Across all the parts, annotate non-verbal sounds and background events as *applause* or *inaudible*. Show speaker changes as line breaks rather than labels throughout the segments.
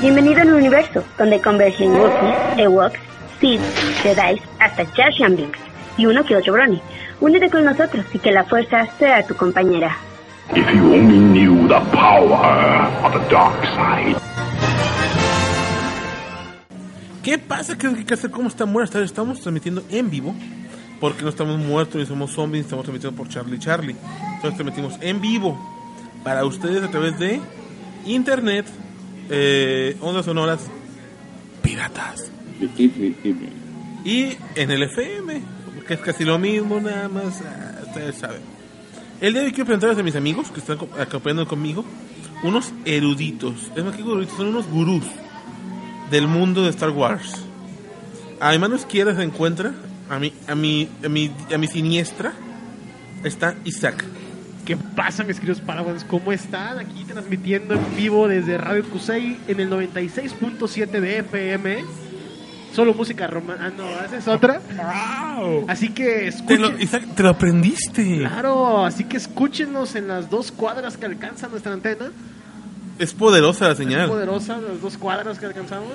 Bienvenido al universo donde convergen Wookiees, Ewoks, Sith, Jedi, hasta Jarshan Binks y uno que otro Brony. Únete con nosotros y que la fuerza sea tu compañera.
If you only knew the power of the dark side.
¿Qué pasa? ¿Qué hay que hacer? ¿Cómo están? Buenas tardes. Estamos transmitiendo en vivo. Porque no estamos muertos ni somos zombies. Estamos transmitiendo por Charlie Charlie. Entonces transmitimos en vivo. Para ustedes a través de internet. eh, ondas sonoras piratas. Y en el FM. Que es casi lo mismo nada más. ah, ustedes saben. El día de hoy quiero presentarles a mis amigos que están co- acompañando conmigo. Unos eruditos. Es más que eruditos. Son unos gurús del mundo de Star Wars. A mi mano izquierda se encuentra, a mi, a mi, a mi, a mi siniestra, está Isaac.
¿Qué pasa, mis queridos Padawans? ¿Cómo están? Aquí transmitiendo en vivo desde Radio Cusei en el 96.7 de FM. Solo música romana. Ah, no, esa es otra. Así que
Te lo,
escuchen.
Isaac, te lo aprendiste.
Claro, así que escúchenos en las dos cuadras que alcanza nuestra antena.
Es poderosa la
Ah.
señal.
Poderosa, las dos cuadras que alcanzamos.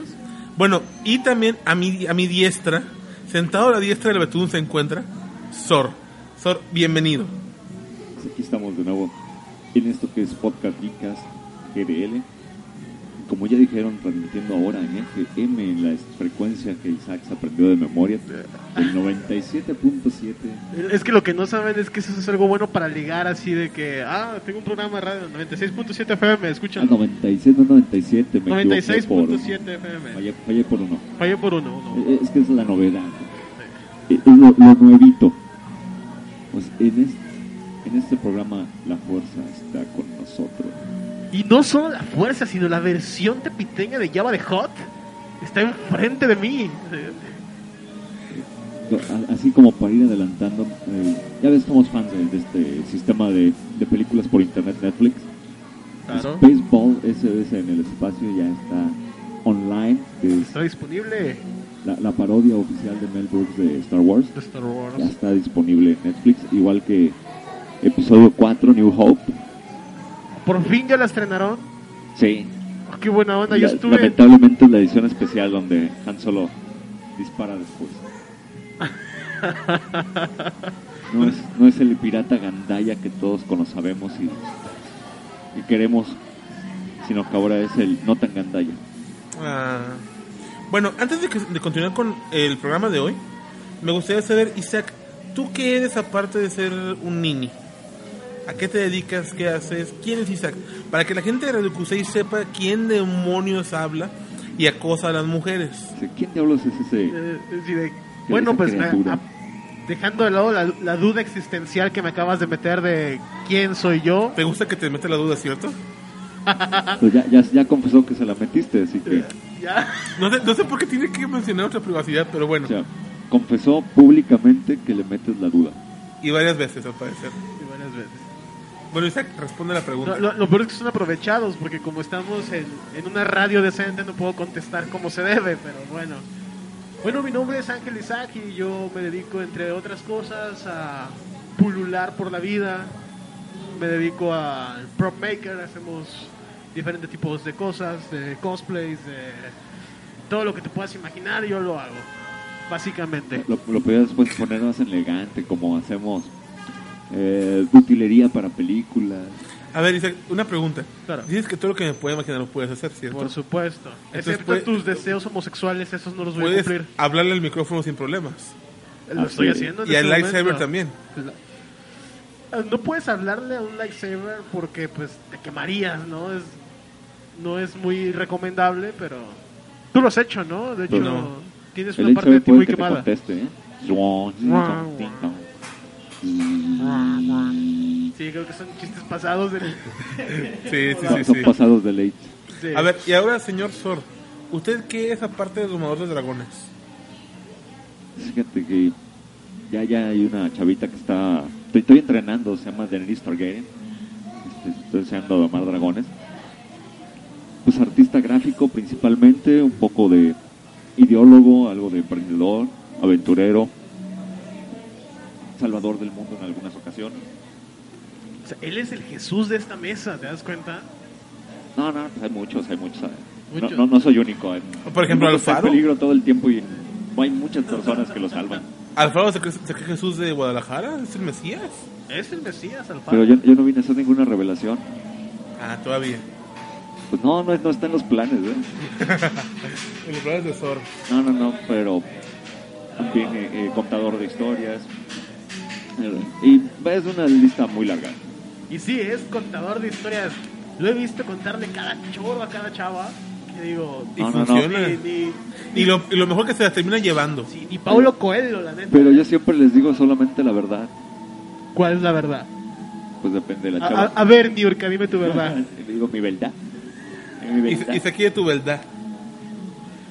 Bueno, y también a mi, a mi diestra, sentado a la diestra del Betún, se encuentra Sor. Sor, bienvenido.
Pues aquí estamos de nuevo en esto que es Podcast Geekcast GDL. Como ya dijeron, transmitiendo ahora en FM en la frecuencia que Isaac se aprendió de memoria, el 97.7.
Es que lo que no saben es que eso es algo bueno para ligar así de que, ah, tengo un programa de radio 96.7 FM,
Ah,
escúchalo.
96, no 97, me equivoqué por-
96.7 FM.
Fallé, fallé por uno.
Fallé por uno, uno.
Eh, Es que es la novedad. Eh, Es lo, lo nuevito. Pues en este, en este programa la fuerza está con nosotros.
Y no solo la fuerza, sino la versión tepiteña de Java de Hot está enfrente de mí.
A- Así como para ir adelantando, eh, ya ves, somos fans de, de este sistema de, de películas por internet Netflix.
Claro.
Baseball SBS en el espacio ya está online, que es
Está disponible
la, la parodia oficial de Mel Brooks de Star Wars.
de Star
Ya
Wars.
está disponible en Netflix, igual que episodio 4, New Hope.
Por fin ya la estrenaron.
Sí,
Oh, qué buena onda, yo
La-
estuve.
lamentablemente es la edición especial donde Han Solo dispara después. No es, no es el pirata Gandaya que todos cono- sabemos y, y queremos, sino que ahora es el no tan Gandaya.
Ah. Bueno, antes de, que- de continuar con el programa de hoy, me gustaría saber, Isaac, ¿tú qué eres aparte de ser un nini? ¿A qué te dedicas? ¿Qué haces? ¿Quién es Isaac? Para que la gente de Radio Cusei sepa quién demonios habla y acosa a las mujeres.
O sea, ¿Quién diablos es ese?
eh, así de- bueno,
esa
pues me-
criatura.
a- dejando de lado la, la duda existencial que me acabas de meter de quién soy *laughs* yo.
¿Te gusta que te meta la duda, cierto?
Ah.
Pues ya, ya, ya confesó que se la metiste, así que
Ya.
No sé, no sé por qué tiene que mencionar otra privacidad, pero bueno.
o sea, confesó públicamente que le metes la duda.
Y varias veces, al parecer.
Y varias veces.
Bueno, Isaac, responde la pregunta.
Lo, lo- lo peor es que son aprovechados, porque como estamos en, en una radio decente no puedo contestar como se debe, pero bueno. Bueno, mi nombre es Ángel Isaac y yo me dedico, entre otras cosas, a pulular por la vida. Me dedico al prop maker, hacemos diferentes tipos de cosas, de cosplays, de todo lo que te puedas imaginar, yo lo hago, básicamente.
Lo, lo podía después poner más elegante, como hacemos eh, utilería para películas.
A ver, Isaac, una pregunta.
Claro.
Dices que todo lo que me puedo imaginar lo puedes hacer, ¿cierto?
Por supuesto.
Entonces,
Excepto
puede-
tus deseos homosexuales, esos no los voy a
Puedes
cumplir.
hablarle al micrófono sin problemas.
Lo
Así
estoy
es.
haciendo. en
Y al
este
lightsaber
momento.
también.
Ah, No puedes hablarle a un lightsaber porque pues te quemarías, ¿no? Es, no es muy recomendable, pero tú lo has hecho, ¿no? De hecho,
No.
tienes
Pues El
una parte de
hecho
ti muy
puede que te
quemada.
conteste, ¿eh?
Sí, creo que son chistes pasados. De...
Sí, sí, sí.
Son, son
sí.
pasados de late.
Sí.
A ver, y ahora, señor Sor, ¿usted qué es aparte de domador de dragones?
Fíjate que ya, ya hay una chavita que está... Estoy, estoy entrenando, se llama Daenerys Targaryen. Este, Estoy enseñando a domar dragones. Pues artista gráfico principalmente, un poco de ideólogo, algo de emprendedor, aventurero, salvador del mundo en algunas ocasiones.
O sea, él es el Jesús de esta mesa, ¿te das cuenta?
No, no, pues hay muchos, hay muchos. eh, No,
Mucho.
no, no soy único. eh.
Por ejemplo,
Uno
Alfaro.
Está en peligro todo el tiempo y no hay muchas personas que lo salvan.
Alfaro se cree, se cree Jesús de Guadalajara, es el Mesías.
Es el Mesías, Alfaro.
Pero yo, yo no vine a hacer ninguna revelación.
Ah, todavía.
Pues no, no, no está en los planes, ¿eh?
El Alfaro es de Zorro.
No, no, no, pero también eh, eh, contador de historias. Eh, Y es una lista muy larga.
Y sí, es contador de historias. Lo he visto contarle cada chorro a cada chava. Que digo,
Y
Ah, No, no, no.
funciona.
ni, ni,
Y, lo, y lo mejor que se las termina llevando.
sí, ni Paulo Coelho, la neta.
Pero yo siempre les digo solamente la verdad.
¿Cuál es la verdad?
Pues depende
Ah,
de la
A, a-
chava.
a ver, Niurka, dime tu
*laughs*
verdad.
Le digo mi verdad. Mi
Y,
verdad.
se- y se quiere tu verdad.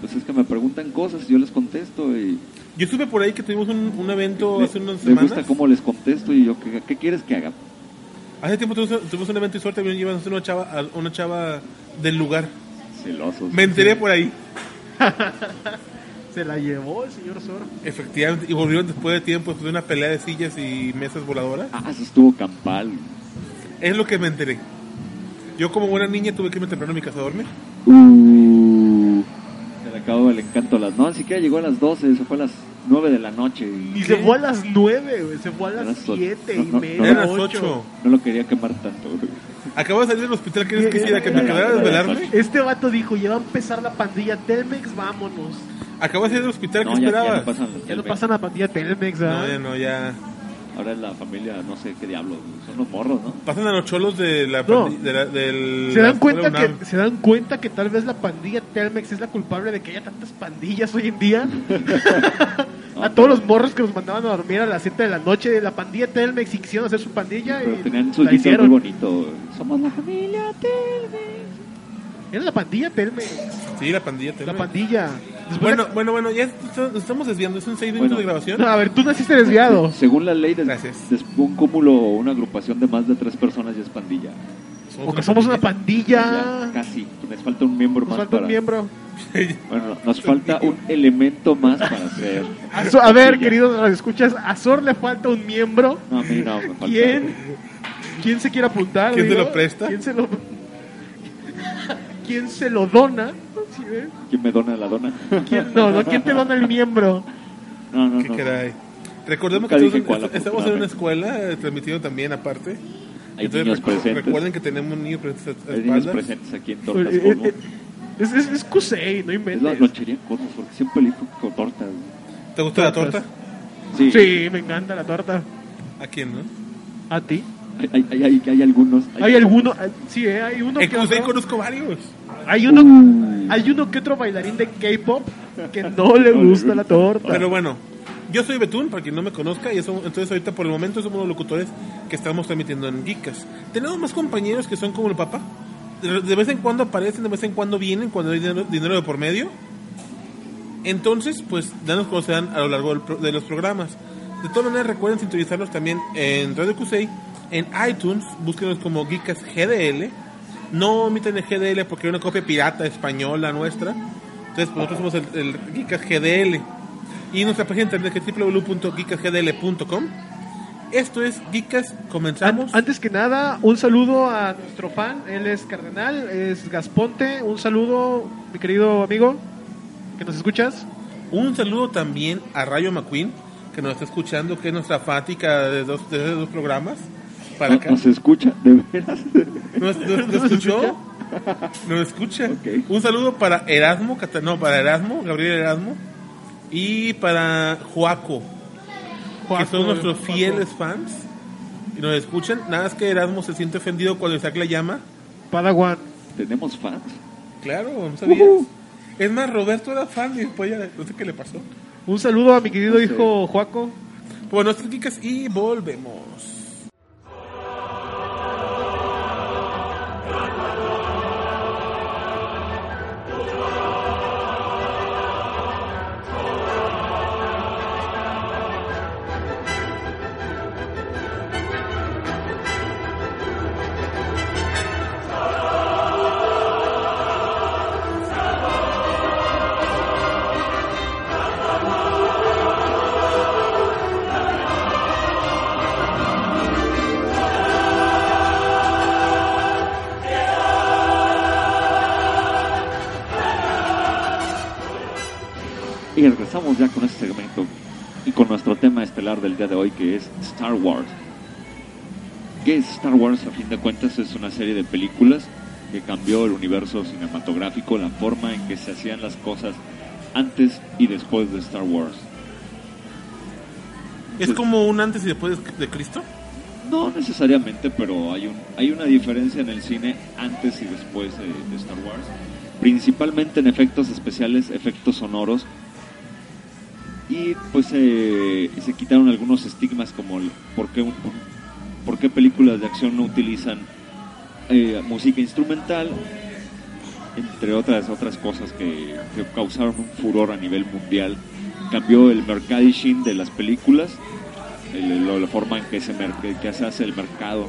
Pues es que me preguntan cosas y yo les contesto y
Yo supe por ahí que tuvimos un, un evento hace unas
me gusta
semanas.
cómo les contesto y yo, ¿qué, qué quieres que haga?
Hace tiempo tuvimos, tuvimos un evento y suerte vino llevándose una chava, a una chava del lugar.
Celosos.
Me enteré por ahí,
Se la llevó el señor Zoro.
efectivamente. Y volvieron después de tiempo, después de una pelea de sillas y mesas voladoras.
Ah, eso estuvo campal.
Es lo que me enteré. Yo como buena niña tuve que irme temprano a mi casa a dormir.
Uh, se le acabó el encanto a las... No, ni siquiera llegó a las 12, se fue a las 9 de la noche.
Y se fue a las 9, güey. Se fue a
A
las
las ocho.
7 y
No, no,
media.
no.
Eran las
ocho.
8.
No lo quería quemar tanto. güey.
Acabo de salir del hospital, ¿quieres que hiciera? ¿Que me quedara a desvelarme?
Este vato dijo, ya va a empezar la pandilla Telmex, vámonos.
Acabo de salir del hospital, ¿qué
No, ya, ya no
esperabas?
pasan los
Ya no
Telmex.
pasan la pandilla Telmex,
No, ya
¿verdad?
no, ya.
Ahora es la familia, no sé qué diablos, son los morros, ¿no?
Pasan a los cholos de la...
No.
pandi- de la- del-
¿Se, dan
la
cuenta
escuela UNAM.
que, ¿Se dan cuenta que tal vez la pandilla Telmex es la culpable de que haya tantas pandillas hoy en
*laughs*
día? a todos los morros que nos mandaban a dormir a las 7 de la noche, la pandilla Telmex y quisieron hacer su pandilla
Pero
y
tenían su
la
guitarra muy
hicieron.
bonito. güey. Somos la familia Telmex.
Era la pandilla Telmex,
Sí, la pandilla. te-
la pandilla. Después
Bueno, bueno, bueno, ya esto- nos estamos desviando. Es un 6 minutos
Bueno.
de
la-
grabación.
No, a ver, tú naciste desviado.
Según la ley, des,
Gracias.
des- un cúmulo o una agrupación de más de tres personas ya es pandilla.
O que somos una
Ya,
pandilla.
casi. Les falta un miembro
Nos
más
falta un
para-
miembro.
Bueno, nos falta un elemento más para ser.
A, Zo- a ver,
pandilla.
queridos radioescuchas, a Zor le falta un miembro.
No, a mí no, me falta.
¿Quién? ¿Quién se quiere apuntar?
¿Quién te
digo?
lo presta?
¿Quién se lo, ¿Quién se lo dona? ¿Sí ves?
¿Quién me dona la dona?
¿Quién, no, no, ¿quién te dona el miembro?
No, no,
¿Qué
no.
caray? Recordemos
Nunca
que
dije
estamos,
cuál,
estamos en una
afortunadamente.
escuela, eh, transmitiendo también aparte.
Hay
Entonces,
niños
recu-
presentes.
Recuerden que tenemos niños presentes a- a
Hay niños
espaldas.
presentes aquí en Tortas Colmo.
Es, Eh, es, es Kusei, no
Es la
inventes.
lonchería Colmo, porque siempre elijo con tortas.
¿Te gusta la torta?
Tortas. Sí, me encanta la torta.
¿A quién, no?
¿A ti?
Hay, hay, hay, hay algunos.
Hay alguno, sí, eh, hay uno
En
que
Cusey
otro,
conozco varios.
Ah.
hay uno, hay uno que otro bailarín de K-pop que no le
No le
gusta la
gusta.
torta.
Pero bueno, yo soy Betún, para quien no me conozca, y eso, entonces ahorita por el momento somos los locutores que estamos transmitiendo en Geekas. Tenemos más compañeros que son como el papá. De de vez en cuando aparecen, de vez en cuando vienen, cuando hay dinero, dinero de por medio. Entonces, pues, danos conocerán a lo largo del pro- de los programas. De todas maneras, recuerden sintonizarnos también en Radio Cusey, en iTunes, búsquenos como Geekas GDL. No omiten el GDL porque hay una copia pirata española nuestra. Entonces, pues, nosotros somos el, el Geekas GDL. Y nuestra página de internet que es www.geekasgdl.com. Esto es Geekas,
An-
comenzamos.
Antes que nada, un saludo a nuestro fan, él es Cardenal, es Gasponte, un saludo, mi querido amigo, que nos escuchas.
Un saludo también a Rayo McQueen, que nos está escuchando, que es nuestra fática de dos, de dos programas. Para acá.
¿Nos escucha? ¿De veras? *laughs*
¿Nos, nos, nos escuchó? ¿Nos escucha?
Ok.
Un saludo para Erasmo, Cata- no, para Erasmo, Gabriel Erasmo, y para Juaco, que son nuestros
Juaco.
fieles fans. Y nos escuchan. Nada más que Erasmo se siente ofendido cuando Isaac le llama.
Padawan.
¿Tenemos fans?
Claro, no sabías.
Ujú.
Es más, Roberto era fan y después ya no sé qué le pasó.
Un saludo a mi querido
Sí.
hijo Juaco.
Bueno, estas chicas y volvemos.
regresamos ya con este segmento y con nuestro tema estelar del día de hoy que es Star Wars. ¿Qué es Star Wars? A fin de cuentas es una serie de películas que cambió el universo cinematográfico, la forma en que se hacían las cosas antes y después de Star Wars.
¿Es como un antes y después de Cristo?
No necesariamente, pero hay, un, hay una diferencia en el cine antes y después de, de Star Wars. Principalmente en efectos especiales, efectos sonoros. Y pues eh, se quitaron algunos estigmas como el por qué, un- por qué películas de acción no utilizan eh, música instrumental, entre otras otras cosas que, que causaron un furor a nivel mundial. Cambió el mercadishing de las películas el- lo- la forma en que se, mer- que- que se hace el mercado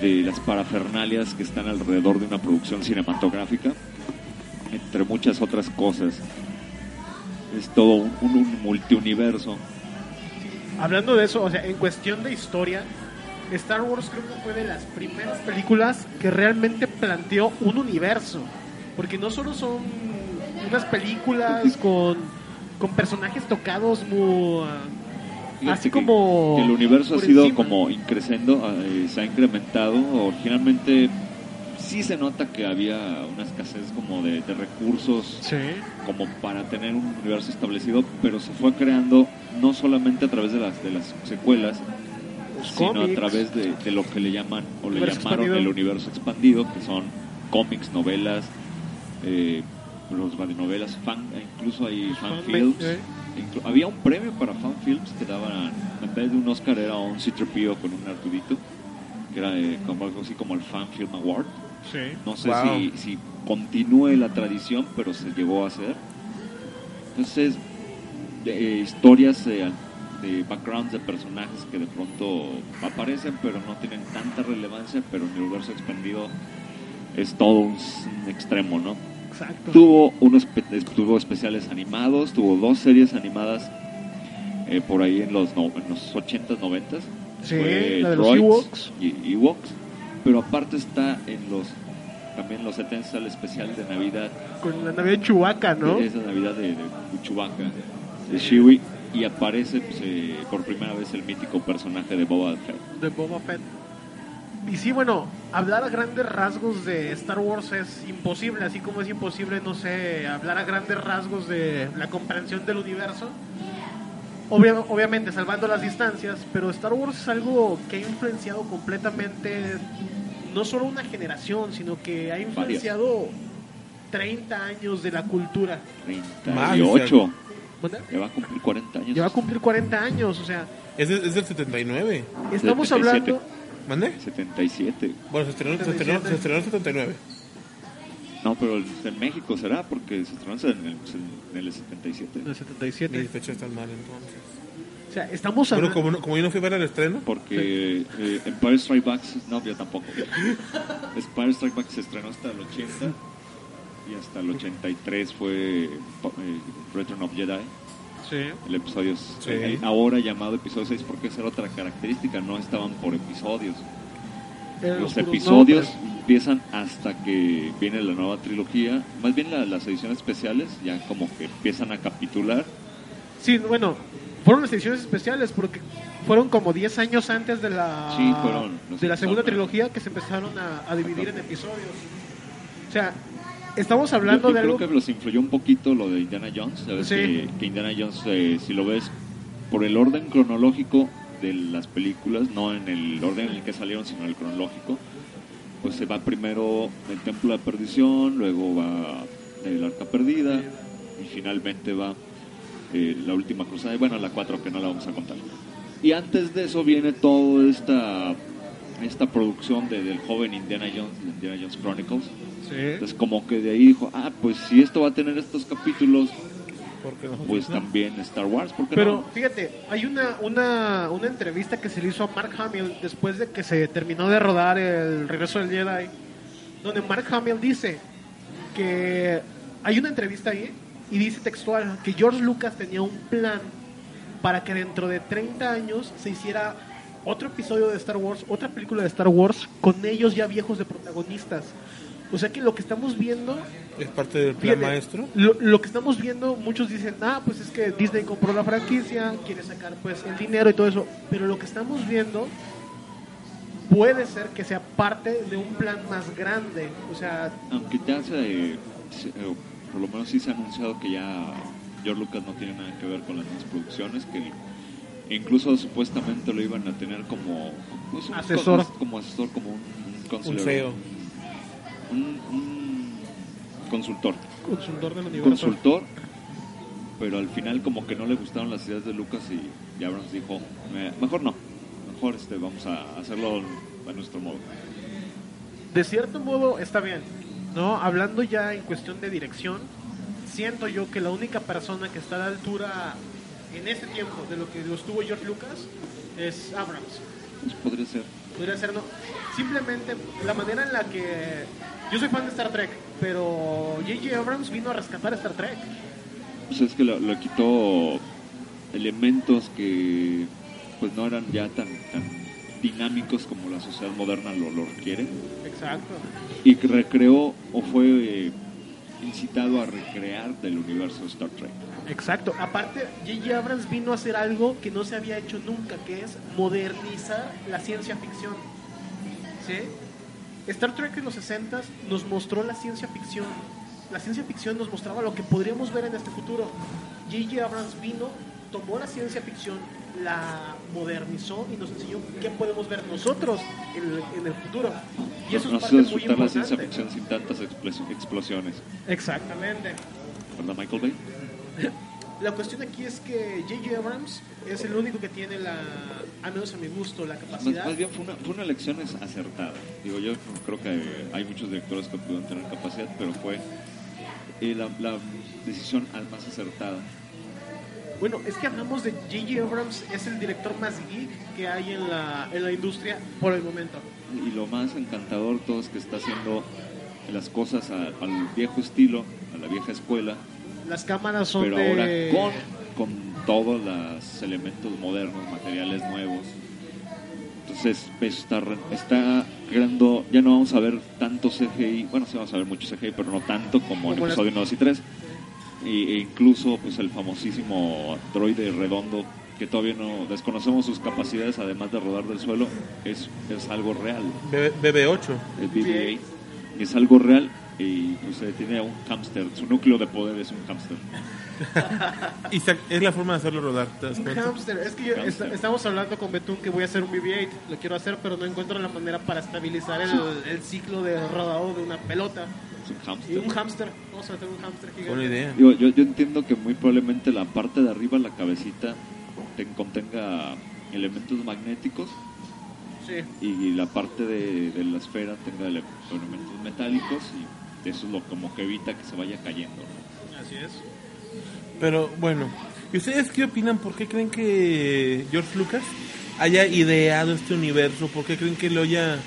de las parafernalias que están alrededor de una producción cinematográfica, entre muchas otras cosas. Es todo un, un- un multiuniverso.
Hablando de eso, o sea, en cuestión de historia, Star Wars creo que fue de las primeras películas que realmente planteó un universo. Porque no solo son unas
*laughs*
películas con, con personajes tocados muy...
Fíjate
Así
que-
como
que el universo ha
por
sido
encima.
como increciendo, eh, se ha incrementado. Originalmente sí se nota que había una escasez como de- de recursos
Sí.
como para tener un universo establecido, pero se fue creando no solamente a través de las de las secuelas, sino
cómics.
a través de, de lo que le llaman o le
Universo
llamaron
expandido.
el universo expandido, que son cómics, novelas, eh, los radionovelas, fan, eh, incluso hay fan
fanmade,
films.
eh.
Inclu- había un premio para fan films que daban, en vez de un Oscar era un Citripio con un Artudito, que era eh, como algo así como el Fan Film Award.
Sí.
No sé
Wow.
si, si continúe la tradición, pero se llegó a hacer. Entonces, de- eh, historias eh, al- de backgrounds de personajes que de pronto aparecen, pero no tienen tanta relevancia, pero en el universo expandido es todo un, s- un extremo, ¿no?
Exacto.
Tuvo, unos, pe- es- tuvo especiales animados, tuvo dos series animadas eh, por ahí en los, no- en los 80s, 90s
Sí,
fue
la de los
Droids
Ewoks.
y Ewoks, pero aparte está en los también en los 70 el especial de Navidad,
Con la nave de Chewbacca, ¿no?
de esa Navidad de, de Chewbacca, de Chewie y aparece pues, eh, por primera vez el mítico personaje de Boba Fett.
de Boba Fett. Y sí, bueno, hablar a grandes rasgos de Star Wars es imposible, así como es imposible, no sé, hablar a grandes rasgos de la comprensión del universo. Obvia- obviamente, salvando las distancias, pero Star Wars es algo que ha influenciado completamente no solo una generación, sino que ha influenciado 30 años de la cultura.
38,
¿Mande?
ya va a cumplir 40 años.
Ya va a cumplir 40 años, o sea,
Es, de- es del 79.
estamos
77.
hablando...
¿Mande?
77.
Bueno, se estrenó, se estrenó, se estrenó en el 79.
No, pero en México será porque se estrenó en el, en el 77.
del
Mis
77.
fechas están mal entonces.
O sea, estamos
Bueno,
hablando...
como, no- como yo no fui a ver el estreno,
Porque eh, Empire Strike Back se- no, yo tampoco. Empire Strike Back se estrenó hasta el 80 y hasta el 83 fue po- eh, Return of Jedi,
Sí.
el episodio
Sí.
6, ahora llamado episodio 6 porque esa era otra característica, no estaban por episodios.
Eran
Los
puros
episodios
nombres.
empiezan hasta que viene la nueva trilogía, más bien la- las ediciones especiales ya como que empiezan a capitular
Sí, bueno, fueron las ediciones especiales porque fueron como 10 años antes de la,
Sí, fueron, los
de la segunda
episodios.
trilogía que se empezaron a, a dividir en episodios. O sea, estamos
Yo-
hablando
yo
de
creo
algo...
que los influyó un poquito lo de Indiana Jones. ya ves
Sí.
que, que Indiana Jones, eh, si lo ves por el orden cronológico de las películas, no en el orden en el que salieron, sino el cronológico, pues se va primero el Templo de la Perdición, luego va el Arca Perdida y finalmente va eh, la Última Cruzada. Y bueno, la 4 que no la vamos a contar. Y antes de eso viene toda esta, esta producción de- del joven Indiana Jones, Indiana Jones Chronicles.
Sí.
Entonces como que de ahí dijo, ah, pues si esto va a tener estos capítulos,
porque no.
pues también Star Wars, ¿por qué
Pero
no?
fíjate, hay una, una, una entrevista que se le hizo a Mark Hamill después de que se terminó de rodar el regreso del Jedi, donde Mark Hamill dice que hay una entrevista ahí y dice textual que George Lucas tenía un plan para que dentro de 30 años se hiciera otro episodio de Star Wars, otra película de Star Wars, con ellos ya viejos de protagonistas. O sea que lo que estamos viendo
Es parte del plan
Fíjate,
maestro.
Lo, lo que estamos viendo, muchos dicen, ah, pues es que Disney compró la franquicia, quiere sacar pues el dinero y todo eso. Pero lo que estamos viendo puede ser que sea parte de un plan más grande. O sea,
Aunque ya se, eh, se- o por lo menos sí se ha anunciado que ya George Lucas no tiene nada que ver con las nuevas producciones, que incluso supuestamente lo iban a tener como pues, un-
Asesor. E
como- como asesor, como un, un
Un
consultor.
feo.
Un, un consultor.
consultor del universo.
Consultor. Pero al final como que no le gustaron las ideas de Lucas y, y Abrams dijo, "Me- mejor no, mejor este vamos a hacerlo a nuestro modo.
de cierto modo está bien. No, hablando ya en cuestión de dirección, siento yo que la única persona que está a la altura en este tiempo de lo que lo estuvo George Lucas es Abrams.
Pues podría ser.
podría ser no. Simplemente la manera en la que yo soy fan de Star Trek, pero J.J. Abrams vino a rescatar a Star Trek.
Pues es que lo, lo quitó elementos que pues no eran ya tan, tan dinámicos como la sociedad moderna lo, lo requiere
Exacto.
y que recreó o fue eh, incitado a recrear del universo Star Trek.
Exacto. Aparte, J.J. Abrams vino a hacer algo que no se había hecho nunca, que es modernizar la ciencia ficción. ¿Sí? Star Trek en los 60 nos mostró la ciencia ficción. La ciencia ficción nos mostraba lo que podríamos ver en este futuro. J.J. Abrams vino, tomó la ciencia ficción, la modernizó y nos enseñó qué podemos ver nosotros en el, en el futuro. Y eso
No
es
se
parte muy
disfrutar la ciencia
importante.
ficción sin tantas explos- explosiones,
Exactamente.
¿verdad Michael Bay?
La cuestión aquí es que J.J. Abrams es el único que tiene la, a menos a mi gusto, la
Más,
capacidad.
más bien fue una, fue una elección es- acertada. Digo, yo creo que eh, hay muchos directores que pudieron tener capacidad, pero fue eh, la, la decisión al más acertada.
Bueno, es que hablamos de J.J. Abrams, es el director más geek que hay en la, en la industria por el momento.
Y lo más encantador todo es que está haciendo las cosas a- al viejo estilo, a la vieja escuela,
Las cámaras son
pero
de...
ahora con, con todos los elementos modernos, materiales nuevos. Entonces pues, está, re- está creando, ya no vamos a ver tanto CGI, bueno sí vamos a ver mucho CGI, pero no tanto como en
Como las-
episodio 1, 2 y 3. E, e incluso pues el famosísimo droide redondo que todavía no desconocemos sus capacidades además de rodar del suelo es, es algo real
B- BB8.
el BB-8 es algo real y usted tiene a un hámster, su núcleo de poder es un hámster.
Y sa- es la forma de hacerlo rodar. ¿te das
Un
cuenta?
hámster. Es que yo-
Hámster.
est- estamos hablando con Betún que voy a hacer un BB-8. Lo quiero hacer, pero no encuentro la manera para estabilizar el, el ciclo de rodado de una pelota.
Es un
Y un hámster.
hámster.
Vamos a meter un hámster gigante.
Buena idea.
Digo, yo, yo entiendo que muy probablemente la parte de arriba, la cabecita, ten- contenga elementos magnéticos
Sí.
y la parte de, de la esfera tenga ele- elementos metálicos y eso es lo como que evita que se vaya cayendo. ¿no?
Así es.
Pero bueno, ¿y ustedes qué opinan? ¿Por qué creen que George Lucas haya ideado este universo? ¿Por qué creen que lo haya...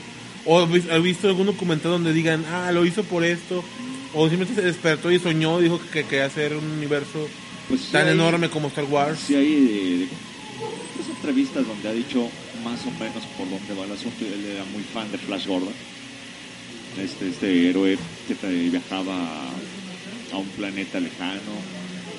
¿O vi- ha visto algún documental donde digan, ah, lo hizo por esto? ¿O simplemente se despertó y soñó, dijo que que quería hacer un universo
Pues sí
tan
hay-
enorme como Star Wars?
Sí hay de- de- pues, entrevistas donde ha dicho más o menos por dónde va el asunto. Él era muy fan de Flash Gordon, este, este héroe que te- viajaba a un planeta lejano,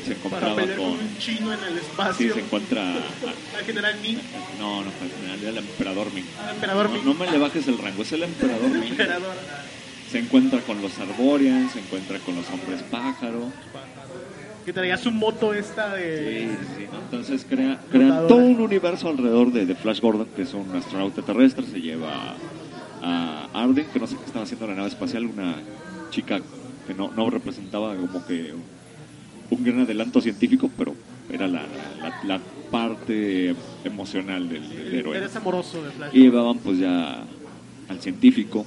se
Para
encontraba
pelear con
con...
un chino en el
Sí,
espacio.
se encuentra...
Al general Ming.
No, no, en realidad el emperador Ming.
Al emperador
No,
Ming.
no me le bajes el rango, es el emperador Ming.
Emperador.
Se encuentra con los Arborians, se encuentra con los hombres pájaro.
Que traía su moto esta
Sí,
de.
sí, ¿no? Entonces crea, crean
Rotadora.
todo un universo alrededor de, de Flash Gordon, que es un astronauta terrestre, se lleva a Arden, que no sé qué estaba haciendo en la nave espacial, una chica que no, no representaba como que un gran adelanto científico, pero era la, la- la- la parte emocional del, del héroe.
Eres amoroso de Flash.
Y llevaban pues ya al científico,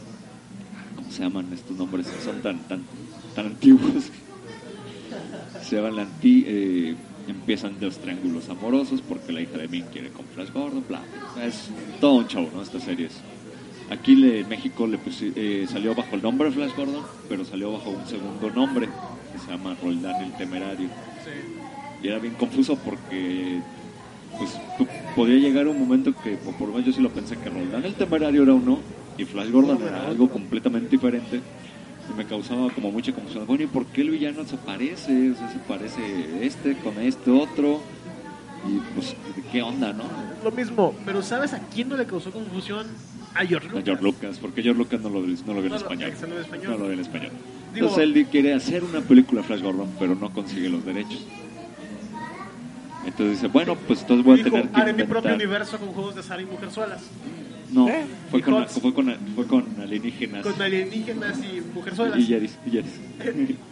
¿cómo se llaman estos nombres? Son tan, tan, tan antiguos. *laughs* Se van la anti, eh, empiezan los triángulos amorosos porque la hija de Ming quiere con Flash Gordon, bla. Es todo un show, ¿no? Estas series. Aquí le, México le pusi- eh, salió bajo el nombre Flash Gordon, pero salió bajo un segundo nombre que se llama Roldán el Temerario.
Sí.
Y era bien confuso porque pues tú- podía llegar un momento que por, por lo menos yo sí lo pensé que Roldán el temerario era uno y Flash Gordon era algo completamente diferente se me causaba como mucha confusión. Bueno, ¿y por qué el villano se parece? O sea, se parece este con este otro. Y pues, ¿qué onda, no?
Lo mismo, pero ¿sabes a quién no le causó confusión? A George
A
Lucas.
George Lucas, porque George Lucas no lo, no lo vio en
No lo-
español.
exacto, no lo vio en español.
No lo vio en español.
Digo-
Entonces él di- quiere hacer una película Flash Gordon, pero no consigue los derechos. Entonces dice, bueno, pues entonces voy a
Dijo,
tener que
haré mi propio
inventar".
universo con juegos de azar y mujer solas.
No,
¿Eh?
fue,
Y
con,
Hots.
fue, con, fue con alienígenas.
Con alienígenas y mujer solas.
y Yaris, y Yaris.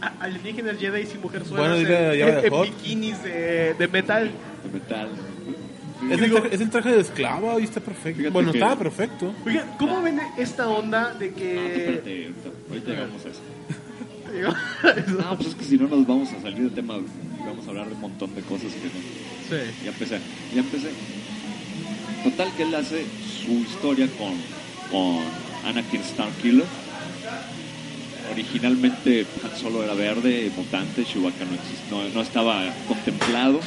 A- Alienígenas, Jedi y mujer solas.
Bueno, dile,
en,
ya me
en- en
dejó.
bikinis de, de metal.
de metal.
Es el, traje, es el traje de esclava y está perfecto.
Fíjate
bueno,
que-
estaba perfecto.
Oigan, ¿cómo ven esta onda de
No,
que...
Ah, espérate, ahorita, ahorita llegamos a eso.
*laughs* Digo,
No, pues es que si no nos vamos a salir del tema y vamos a hablar de un montón de cosas que no.
sí.
Ya empecé, ya empecé. Total que él hace su historia con, con Anakin Starkiller. Originalmente Han Solo era verde, mutante, Chewbacca no, exist- no, no estaba contemplado.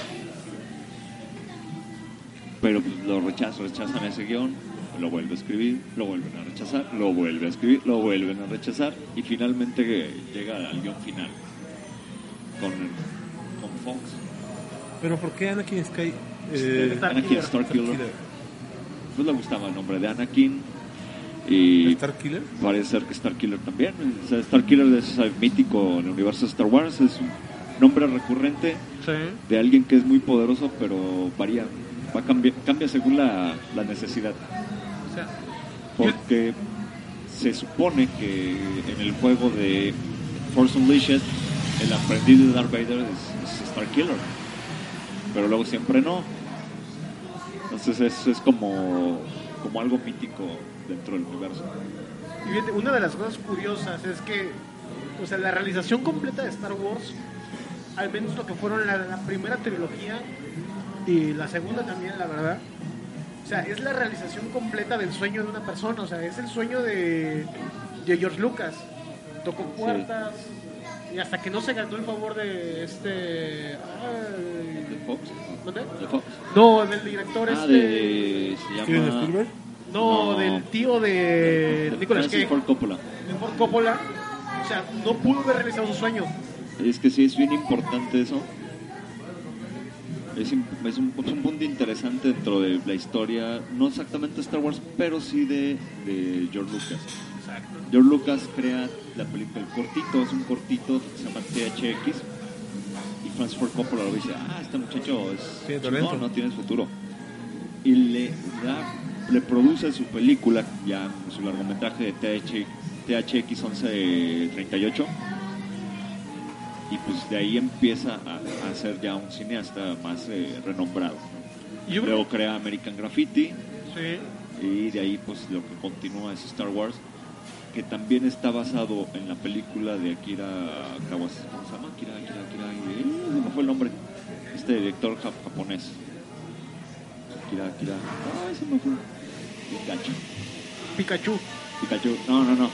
Pero pues, lo rechazan, rechazan ese guión, lo vuelve a escribir, lo vuelven a rechazar, lo vuelve a escribir, lo vuelven a rechazar y finalmente eh, llega al guión final con, con Fox.
Pero ¿por qué Anakin Sky?
Debe
Eh,
estar
Anakin Starkiller. Pues le gustaba el nombre de Anakin. Y
Starkiller.
parece ser que Starkiller también. O sea, Starkiller es eh, mítico en el universo de Star Wars. Es un nombre recurrente
Sí.
de alguien que es muy poderoso, pero varía. Va a cambiar, cambia según la, la necesidad.
O sea,
Porque se supone que en el juego de Force Unleashed, el aprendiz de Darth Vader es, es Starkiller. Pero luego siempre no. Entonces eso es como, como algo mítico dentro del universo.
Y fíjate, una de las cosas curiosas es que, o sea, la realización completa de Star Wars, al menos lo que fueron la, la primera trilogía y la segunda también, la verdad, o sea, es la realización completa del sueño de una persona, o sea, es el sueño de, de George Lucas. Tocó puertas y hasta que no se ganó el favor de este.
¿De
ay,
Fox?
¿Dónde?
¿De Fox?
No, del director
Ah,
este.
de... se
Steven
llama...
Spielberg.
No,
no.
del tío de
de
Eh, Nicolas Cage.
Francis Ford Coppola.
de Ford Coppola, o sea, no pudo haber realizado su sueño.
Es que sí, es bien importante eso. Es, im- es un, es un punto interesante dentro de la historia, no exactamente Star Wars, pero sí de, de George Lucas.
Exacto.
George Lucas crea la película, el cortito, es un cortito que se llama THX. Y Francis Ford Coppola lo dice, ah, este muchacho
Sí,
es
de
no,
talento".
no tiene futuro. Y le, da- le produce su película, ya su largometraje de THX, THX 1138. Y pues de ahí empieza a, a ser ya un cineasta más eh, renombrado.
Y yo creo
Luego crea American Graffiti,
sí,
y de ahí pues lo que continúa es Star Wars, que también está basado en la película de Akira Kawasaki. ¿Cómo se llama? Akira, Akira, Akira. eh, se me fue el nombre. Este director ja- japonés. Akira, Akira. Ay, se me fue. Pikachu.
Pikachu.
Pikachu. No, no, no.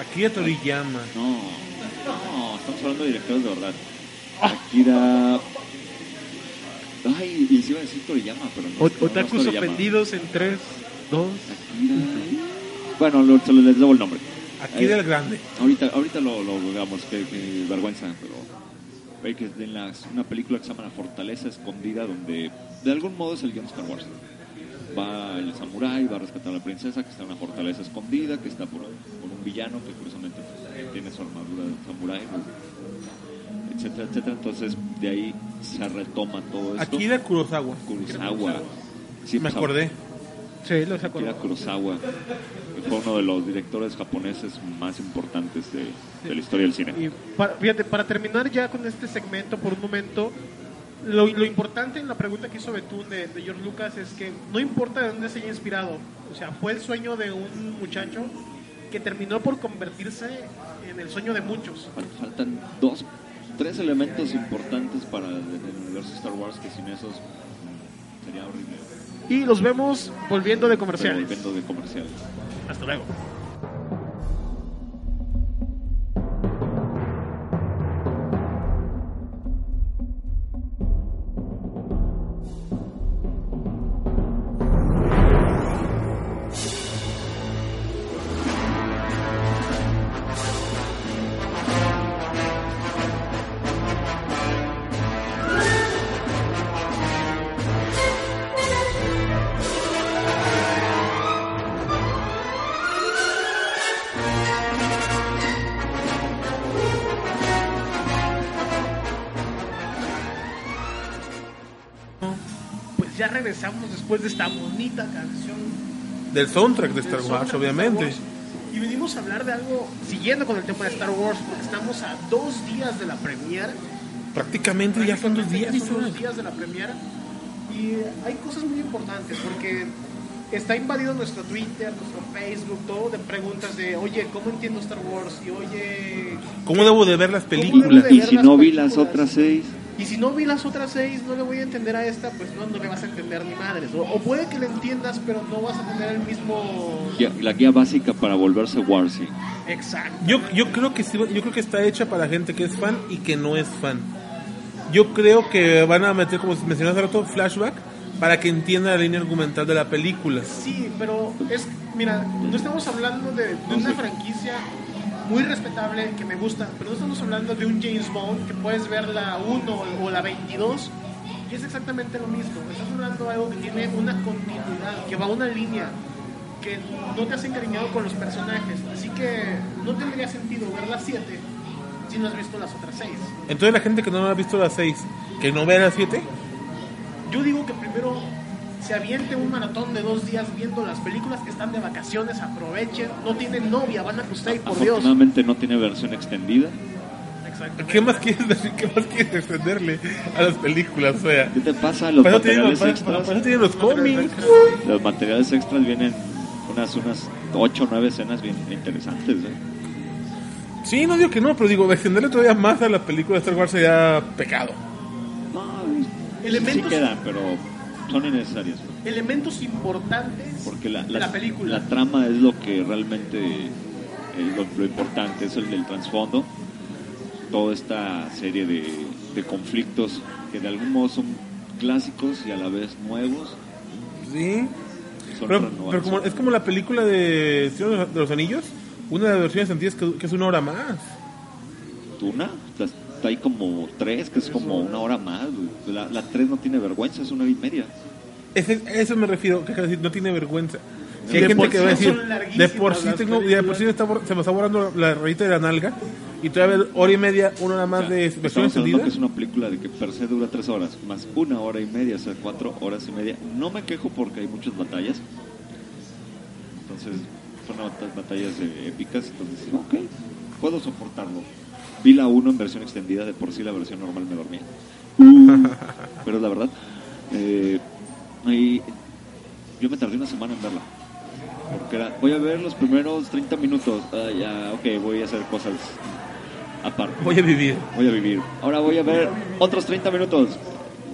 Aquí a Toriyama.
No. No, estamos hablando de directores de verdad. Akira. Ay, y se iba a decir Toriyama, pero no. no, no es
Otakus
Toriyama.
ofendidos en 3, 2.
Akira. Bueno, lo- se les debo el nombre.
Aquí del grande.
Ahorita, ahorita lo, lo digamos, que, que vergüenza, pero hay que en las- una película que se llama La Fortaleza Escondida, donde de algún modo es el guión de Star Wars. Va el samurái, va a rescatar a la princesa, que está en una fortaleza escondida, que está por, por un villano, que curiosamente pues, tiene su armadura de un samurái, pues, etcétera, etcétera. Entonces, de ahí se retoma todo esto.
Aquí de Kurosawa.
Kurosawa. Sí,
Me
pues,
acordé.
Sí, lo saco.
Akira Kurosawa, que fue uno de los directores japoneses más importantes de, de la historia del cine.
Y para, fíjate, para terminar ya con este segmento por un momento, lo, lo importante en la pregunta que hizo Betún de, de George Lucas es que no importa de dónde se haya inspirado, o sea, fue el sueño de un muchacho que terminó por convertirse en el sueño de muchos.
Fal- Faltan dos, tres elementos importantes para el el universo Star Wars que sin esos mm, sería horrible.
Y los vemos volviendo de
Pero
comerciales.
volviendo de comerciales.
Hasta luego. Pues regresamos después de esta bonita canción.
Del soundtrack de Star
del
Wars,
soundtrack de Star
obviamente.
Wars. Y venimos a hablar de algo, siguiendo con el tema de Star Wars, porque estamos a dos días de la premiere.
Prácticamente ya son dos días,
Ya son
Isabel.
dos días de la premiere. Y eh, hay cosas muy importantes porque está invadido nuestro Twitter, nuestro Facebook, todo de preguntas de, oye, ¿cómo entiendo Star Wars? Y oye,
¿Cómo debo de ver las películas?
debo de
Y
ver
si
las
no vi las
películas.
otras seis,
y si no vi las otras seis, no le voy a entender a esta, pues no, no le vas a entender ni madres. O, o puede que le entiendas, pero no vas a tener el mismo...
guía- la guía básica para volverse Warsi.
Exacto.
Yo, yo creo que sí, yo creo que está hecha para gente que es fan y que no es fan. Yo creo que van a meter, como mencioné hace rato, flashback para que entienda la línea argumental de la película.
Pues Sí, pero es, mira, no estamos hablando de, de una franquicia muy respetable que me gusta, pero no estamos hablando de un James Bond que puedes ver la 1 o, o la 22 y es exactamente lo mismo. Estás hablando de algo que tiene una continuidad, que va a una línea, que no te has encariñado con los personajes, así que no tendría sentido ver las 7 si no has visto las otras 6.
Entonces la gente que no ha visto las 6, que no vea las 7,
Yo digo que primero se aviente un maratón de dos días viendo las películas que están de vacaciones, aprovechen, no tienen novia, van a Custay, por Dios.
Afortunadamente no tiene versión extendida.
Exactamente.
¿qué más quieres decir? ¿Qué más quieres defenderle a las películas? O sea,
¿Qué te pasa? Los
para eso tienen los,
materiales
para-
extras.
para eso tienen los cómics.
Los materiales extras vienen unas unas 8 o 9 escenas bien interesantes. ¿eh?
Sí, no digo que no, pero digo, defenderle todavía más a las películas de Star Wars sería pecado.
No, sí
Elementos-
quedan, pero son innecesarias. ¿no?
Elementos importantes
Porque la,
de
la-
la película.
la trama es lo que realmente es lo, lo importante, es el del trasfondo. Toda esta serie de, de conflictos que de algún modo son clásicos y a la vez nuevos.
Sí.
Son
Pero,
renovados.
pero como, es como la película de Señor de los- de los Anillos, una de las versiones antiguas que, que es una hora más.
Una, las- hay como tres, que es como una hora más. güey. La, la tres no tiene vergüenza, es una hora y media.
Ese- a eso me refiero, que acaba de decir, no tiene vergüenza. Si
De
hay gente
por
que
sí
va a decir,
son larguísimas
de por sí,
las
tengo, de por sí me está bor- se me está borrando la rayita de la nalga, y todavía hora y media, una hora más
O sea,
de versión
estamos hablando
extendida.
que es una película de que per se dura tres horas, más una hora y media, o sea, cuatro horas y media. No me quejo porque hay muchas batallas. Entonces, son bat- batallas eh, épicas, entonces, ok, puedo soportarlo. Vi la 1 en versión extendida, de por sí la versión normal me dormía.
Uh.
Pero es la verdad. Eh, y yo me tardé una semana en verla. Porque era, voy a ver los primeros 30 minutos. Ah, ya, ok, voy a hacer cosas aparte
Voy a vivir.
voy a vivir. Ahora voy a ver otros 30 minutos.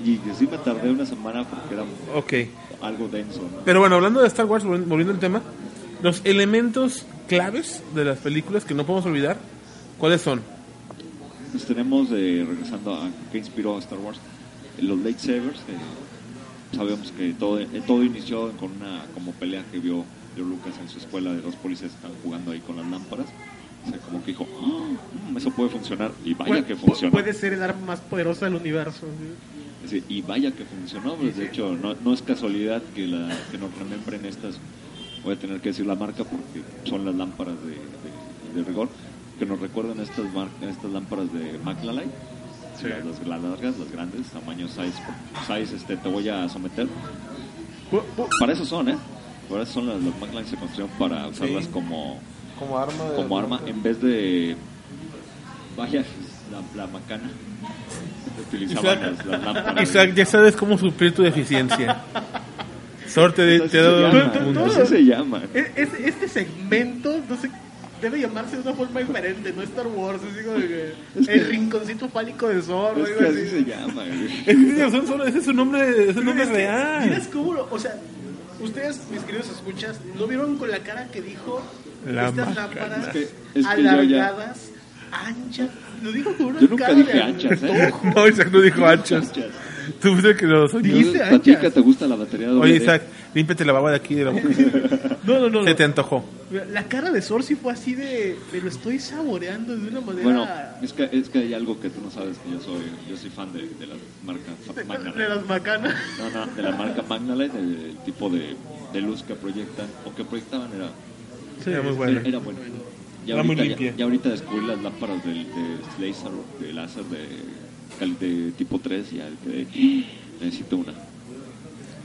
Y yo sí me tardé una semana porque era
Ok.
algo denso. ¿no?
Pero bueno, hablando de Star Wars, volviendo volviendo al tema, los elementos claves de las películas que no podemos olvidar, ¿cuáles son?
Pues tenemos, eh, regresando a qué inspiró a Star Wars, los lightsabers. eh, sabemos que todo, eh, todo inició con una como pelea que vio George Lucas en su escuela de los policías que estaban jugando ahí con las lámparas. O sea, como que dijo, "Ah, mm, eso puede funcionar. Y vaya
Pu-
que
pu-
funciona.
Puede ser el arma más poderosa del universo. ¿sí?
Es decir, y vaya que funcionó, pues, de hecho no, no es casualidad que, la, que nos remembren estas, voy a tener que decir la marca porque son las lámparas de, de- de rigor, que nos recuerdan estas, mar- estas lámparas de McLalay, las, las- las largas, las grandes, tamaño size, size este, te voy a someter.
Pu- pu-
Para eso son, ¿eh? Para eso son las, las McLalay se construyeron para usarlas como
Como arma.
como arma en vez de vaya la,
*laughs*
la macana utilizaban
Isaac.
las, las lámparas
Isaac, ya sabes cómo suplir tu deficiencia. Sorte de, te
Así
he
se
dado
llama,
un punto.
así se llama.
e- es- este segmento, no sé, debe llamarse de una forma diferente, no Star Wars, así como que
Es que-
el rinconcito fálico de Zorro.
Es
algo
que
así.
así se llama. güey.
Es que tienes razón, solo ese es su nombre, es un
Pero
nombre
es que,
real.
¿Miras cómo lo- O sea, ustedes, mis queridos escuchas, ¿no vieron con la cara que dijo
La
estas
macana.
lámparas
Es que- es que yo ya-
alargadas, anchas? Lo dijo con una
Yo nunca
cara
dije
de
anchas, ¿eh?
antojo.
*laughs* No, Isaac no dijo anchas.
Anchas.
Tú fuiste el que lo soñó.
Dijiste
Entonces, ¿A ti
anchas.
que te gusta la batería de
Oye,
DVD?
Isaac, límpiate la baba de aquí de la boca.
No, no, no.
Se
no.
te antojó.
La cara de Sorcy fue así de. Me lo estoy saboreando de una manera.
Bueno, es que, es que hay algo que tú no sabes que yo soy. Yo soy fan de, de la marca
de, de
Magnalite.
las macanas. *laughs*
No, no, de la marca Magnalite, del tipo de, de luz que proyectan o que proyectaban era,
Era muy
era,
bueno.
era bueno. Ya
Era muy
ahorita,
limpia.
ya, ya ahorita descubrí las lámparas del, de láser, de láser de, cal- de tipo 3 y ya que necesito una.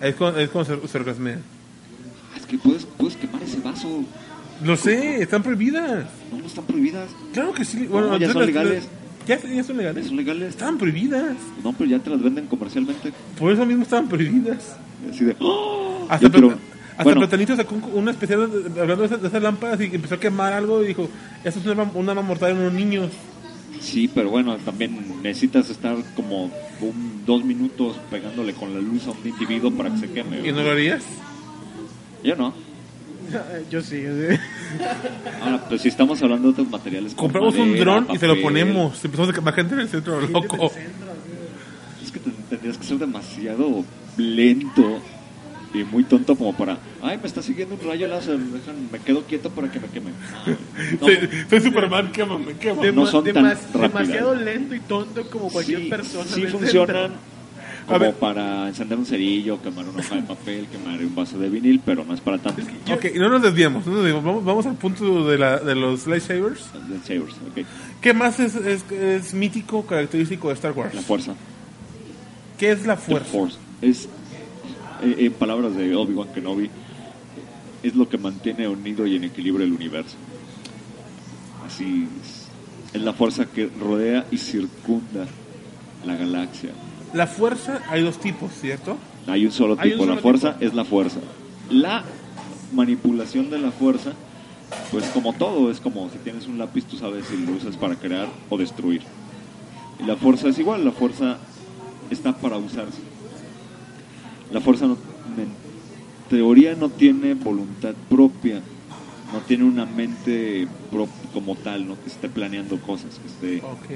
Es con- es como se, se orgasmea.
Es que puedes, puedes quemar ese vaso.
Lo sé, están prohibidas.
No, no están prohibidas.
Claro que sí. Bueno,
No, ya
antes
son
las-
legales.
las- ya, ya son legales.
Son legales.
Estaban prohibidas.
No, pero ya te las venden comercialmente.
Por eso mismo estaban prohibidas.
Así de. ¡oh!
Ah, Hasta,
Yo, pero-
Pla- hasta
bueno,
Platanito sacó un- una especial de- de- hablando de esas, de esas lámparas y que empezó a quemar algo y dijo, eso es una, arma- una arma mortal en unos niños.
Sí, pero bueno, también necesitas estar como un- dos minutos pegándole con la luz a un individuo para que se queme.
¿Y no lo harías?
Yo no.
Yo sí, yo sí.
Ahora, pues si estamos hablando de otros materiales. como
Compramos un
madera,
dron y se lo
papel,
ponemos. Empezamos a quemar gente en el centro, loco.
Es que te- tendrías que ser demasiado lento y muy tonto como para. Ay, me está siguiendo un rayo láser. dejan- me quedo quieto para que
*laughs*
me queme.
*laughs*
No,
Soy, soy Superman, quémame, quémame.
No son tan rápidas.
demasiado lento y tonto como cualquier
sí,
persona.
sí
del
funcionan
centro.
A
como
ver.
para encender un cerillo, quemar una hoja de papel, quemar un vaso de vinil, pero no es para tanto.
Es que yo-
Ok, no nos desviemos, no nos desviemos. Vamos, vamos al punto de, la, de los lightsabers.
De sabers, ok.
¿Qué más es, es, es mítico, característico de Star Wars?
La fuerza.
¿Qué es la
The
fuerza?
Force. Es, eh, en palabras de Obi-Wan Kenobi, es lo que mantiene unido y en equilibrio el universo. Así es. Es la fuerza que rodea y circunda la galaxia.
La fuerza hay dos tipos, ¿cierto?
Hay un solo
Hay un
tipo. la
solo
fuerza es la fuerza. La manipulación de la fuerza, pues como todo, es como si tienes un lápiz, tú sabes si lo usas para crear o destruir. Y la fuerza es igual, la fuerza está para usarse. La fuerza, no- en teoría, no tiene voluntad propia, no tiene una mente prop- como tal, ¿no? que esté planeando cosas, que esté
Ok.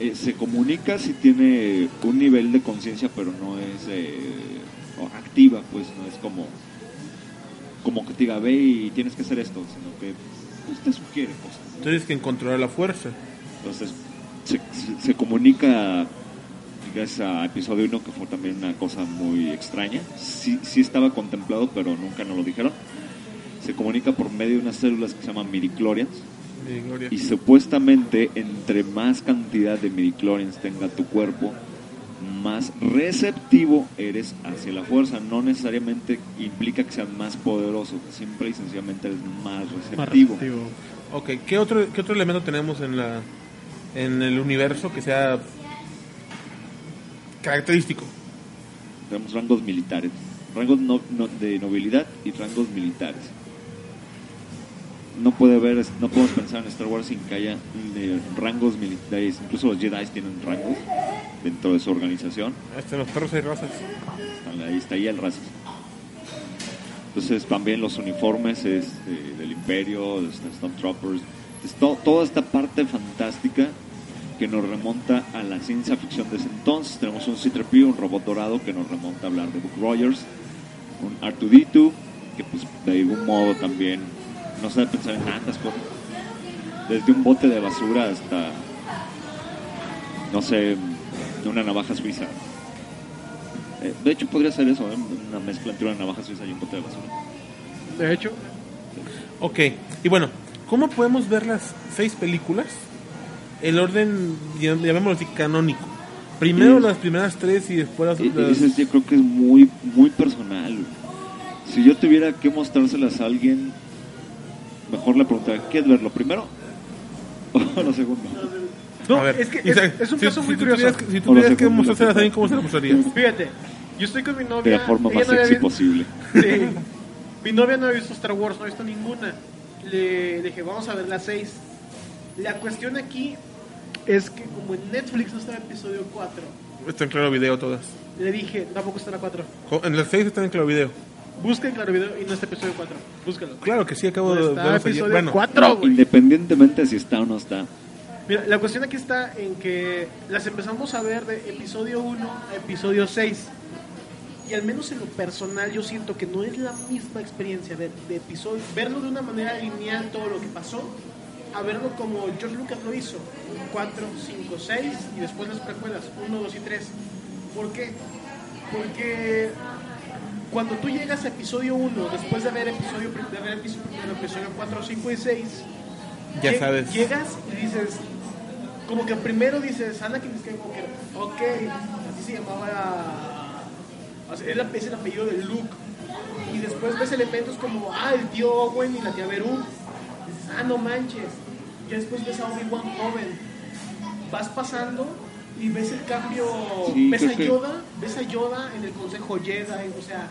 eh, se comunica si tiene un nivel de conciencia, pero no es eh, o- activa, pues no es como, como que te diga, ve y tienes que hacer esto, sino que pues, te sugiere cosas.
Entonces, que controlar la fuerza?
Entonces, se, se- se comunica, gracias a episodio 1, que fue también una cosa muy extraña. Sí, sí estaba contemplado, pero nunca nos lo dijeron. Se comunica por medio de unas células que se llaman midichlorians,
Mi Gloria.
y supuestamente, entre más cantidad de midichlorians tenga tu cuerpo, más receptivo eres hacia la fuerza. No necesariamente implica que seas más poderoso, siempre y sencillamente eres más receptivo.
Más receptivo.
Ok, ¿qué otro, qué otro elemento tenemos en, la, en el universo que sea característico?
Tenemos rangos militares, rangos no- no- de nobilidad y rangos militares. No puede haber, no podemos pensar en Star Wars sin que haya eh, rangos militares. Incluso los Jedi tienen rangos dentro de su organización.
Hasta en Este, los perros hay razas.
Ahí está ahí el racismo. Entonces también los uniformes este, del imperio, los Stormtroopers, es to- toda esta parte fantástica que nos remonta a la ciencia ficción de ese entonces. Tenemos un C-3PO, un robot dorado que nos remonta a hablar de Book Rogers, un R2D2 que pues de algún modo también no sabe pensar en tantas cosas. Desde un bote de basura hasta, no sé, una navaja suiza. Eh, de hecho, podría ser eso, ¿eh? una mezcla entre una navaja suiza y un bote de basura.
De hecho,
Ok, y bueno, ¿cómo podemos ver las seis películas? El orden, ya- llamémoslo así, canónico. Primero
Sí.
las primeras tres y después las
Y, y
otras.
dices, yo creo que es muy, muy personal. Si yo tuviera que mostrárselas a alguien, mejor le preguntaría, ¿quieres verlo primero? ¿O lo segundo?
no,
A ver,
es que es,
Isaac,
es un
si-
caso
si
muy
tú
curioso.
tuvieras que- si
O
tú
la
tuvieras que
segunda,
mostrárselas a
la
alguien, ¿cómo se la mostrarías?
Fíjate, yo estoy con mi novia.
De la forma
ella
más
no había
sexy
vi-
posible.
Sí. Mi novia no ha visto Star Wars, no ha visto ninguna. Le dije, vamos a ver las seis. La cuestión aquí es que como en Netflix no está el episodio 4,
Está en claro video todas.
le dije, tampoco está la 4.
Jo- En las seis están en claro video.
Busca en Claro Video y no está episodio 4. Búscalo.
Claro que sí, acabo
No
de
está
verlos ayer.
episodio
Bueno,
cuatro, güey.
Independientemente de si está o no está.
Mira, la cuestión aquí está en que las empezamos a ver de episodio 1 a episodio 6. Y al menos en lo personal yo siento que no es la misma experiencia de, de episodio, verlo de una manera lineal todo lo que pasó, a verlo como George Lucas lo hizo, 4, 5, 6 y después las precuelas, 1, 2 y 3. ¿Por qué? Porque cuando tú llegas a episodio 1, después de ver episodio, pri- de ver episodio, episodio 4, 5 y 6,
ya
Lle-
sabes.
Llegas y dices, como que primero dices, Anakin Skywalker, ok, así se llamaba O sea, él es el apellido de Luke. Y después ves elementos como, ah, el tío Owen y la tía Beru. Dices, ah, no manches. Y después ves a Obi-Wan joven. Vas pasando y ves el cambio.
Sí,
ves
creo
a
que-
Yoda, ves a Yoda en el Consejo Jedi. O sea,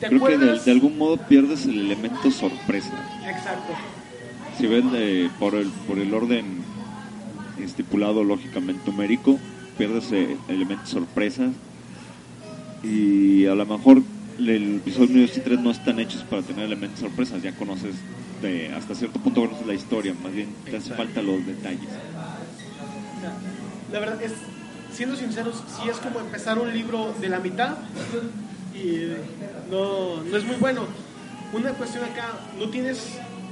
¿te
Creo que de,
acuerdas?
de algún modo pierdes el elemento sorpresa.
Exacto.
Si ven eh, por, el, por el orden estipulado lógicamente numérico, pierdes eh, elementos sorpresas. Y a lo mejor el episodio 1 y 3 no están hechos para tener elementos sorpresas. Ya conoces, de- hasta cierto punto conoces la historia. Más bien te hace falta los detalles.
O sea, La verdad es, siendo sinceros, sí es como empezar un libro de la mitad y no, no es muy bueno. Una cuestión acá, no tienes,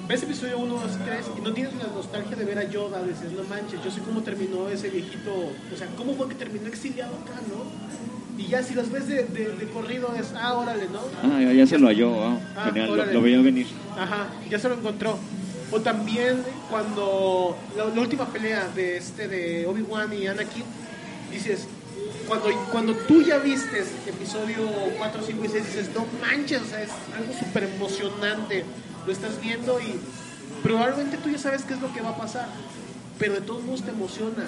ves episodio 1, 2, 3 y no tienes la nostalgia de ver a Yoda, dices, no manches, yo sé cómo terminó ese viejito, o sea, cómo fue que terminó exiliado acá, ¿no? Y ya si las ves de, de- de corrido es, ah, órale, ¿no?
Ah, ya, ya se lo halló. ah,
Ah,
genial, lo,
órale.
lo veía venir.
Ajá, ya se lo encontró. O también cuando la, la última pelea de este de Obi-Wan y Anakin, dices, cuando, cuando tú ya vistes episodio 4, 5 y 6, dices, no manches, o sea, es algo súper emocionante. Lo estás viendo y probablemente tú ya sabes qué es lo que va a pasar, pero de todos modos te emociona.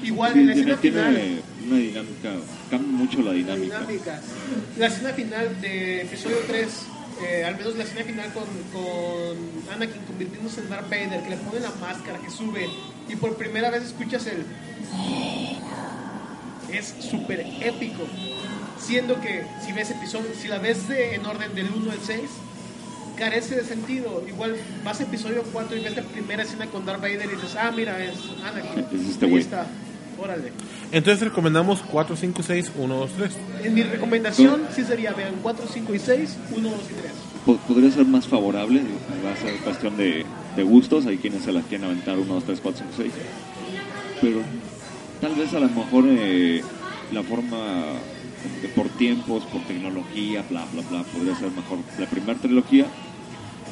Igual
Sí,
en la
tiene,
escena final.
tiene una dinámica, cambia mucho la dinámica.
Dinámica. La escena final de episodio 3, eh, al menos la escena final con, con Anakin convirtiéndose en Darth Vader, que le pone la máscara, que sube, y por primera vez escuchas el. Es súper épico. Siendo que si ves episodio, si la ves de- en orden del 1 al 6, carece de sentido. Igual vas a episodio 4 y ves la primera escena con Darth Vader y dices, ah, mira, es Anakin.
Es este
Ahí
güey.
está. Órale.
Entonces recomendamos 4, 5, 6, 1, 2, 3.
En mi recomendación sí sería vean 4, 5 y 6, 1, 2 y 3.
po- Pues, podría ser más favorable, digo, va a ser cuestión de, de gustos, hay quienes se las quieren aventar 1, 2, 3, 4, 5, 6, pero tal vez a lo mejor eh, la forma de por tiempos, por tecnología, bla, bla, bla, podría ser mejor la primera trilogía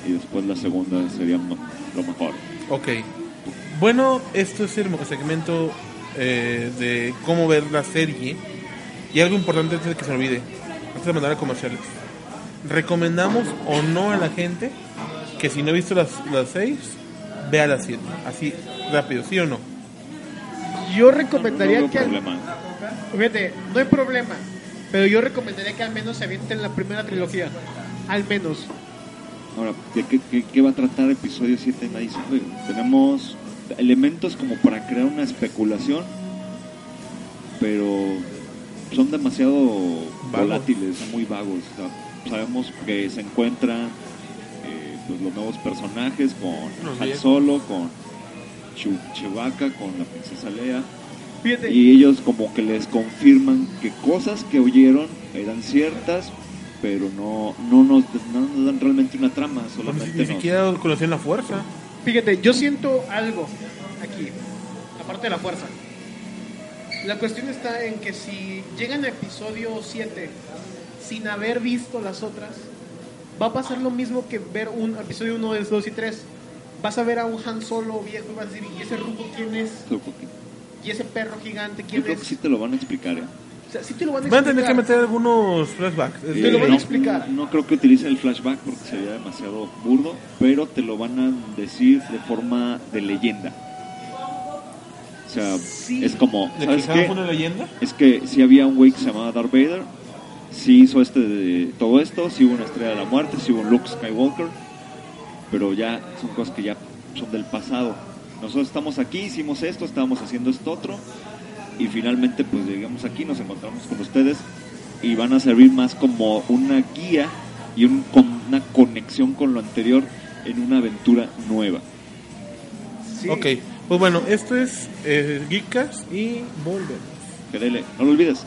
y después la segunda sería mo- lo mejor.
Ok. Bueno, esto es el segmento eh, de cómo ver la serie. Y algo importante antes de que se me olvide, antes de mandar a comerciales. Recomendamos o no a la gente que si no ha visto las, las seis, vea las siete. Así, rápido, ¿sí o no?
Yo
No
recomendaría
veo
que. al-
problema.
Fíjate, no hay problema. Pero yo recomendaría que al menos se avienten la primera trilogía. Al menos.
Ahora, ¿de qué, qué- qué va a tratar episodio 7? Nadie sabe. Tenemos elementos como para crear una especulación, pero son demasiado volátiles, son muy vagos. O sea, sabemos que se encuentran eh, pues, los nuevos personajes con
Los
Han
viejos.
Solo, con Chu- Chewbacca, con la princesa Leia.
Fíjate,
Y ellos como que les confirman que cosas que oyeron eran ciertas, pero no, no, nos, no nos dan realmente una trama,
Ni,
solamente
ni
nos-
siquiera conocían la fuerza.
fíjate, yo siento algo aquí. Aparte de la fuerza. La cuestión está en que si llegan a episodio 7 sin haber visto las otras, va a pasar lo mismo que ver un episodio 1, 2 y 3. Vas a ver a un Han Solo viejo y vas a decir, ¿y ese rubo quién es?
Yo creo que-
¿Y ese perro gigante
yo
quién
creo
es?
que sí te lo van a explicar. ¿eh?
O sea, sí te lo van a
Van a tener que
explicar.
meter algunos flashbacks. Es
Te lo
de-
van a
Eh, no,
explicar.
No creo que utilicen el flashback porque sería demasiado burdo, pero te lo van a decir de forma de leyenda. O sea,
Sí.
es como,
de
¿sabes
que
qué?
fue una leyenda.
Es que si había un güey que se llamaba Darth Vader, si hizo este de- todo esto, si hubo una estrella de la muerte, si hubo un Luke Skywalker, pero ya son cosas que ya son del pasado. Nosotros estamos aquí, hicimos esto, estábamos haciendo esto otro, y finalmente pues llegamos aquí, nos encontramos con ustedes y van a servir más como una guía y un- con una conexión con lo anterior en una aventura nueva.
Sí.
Ok, pues bueno, esto es eh, Geekcast y volvemos.
Querele, no lo olvides.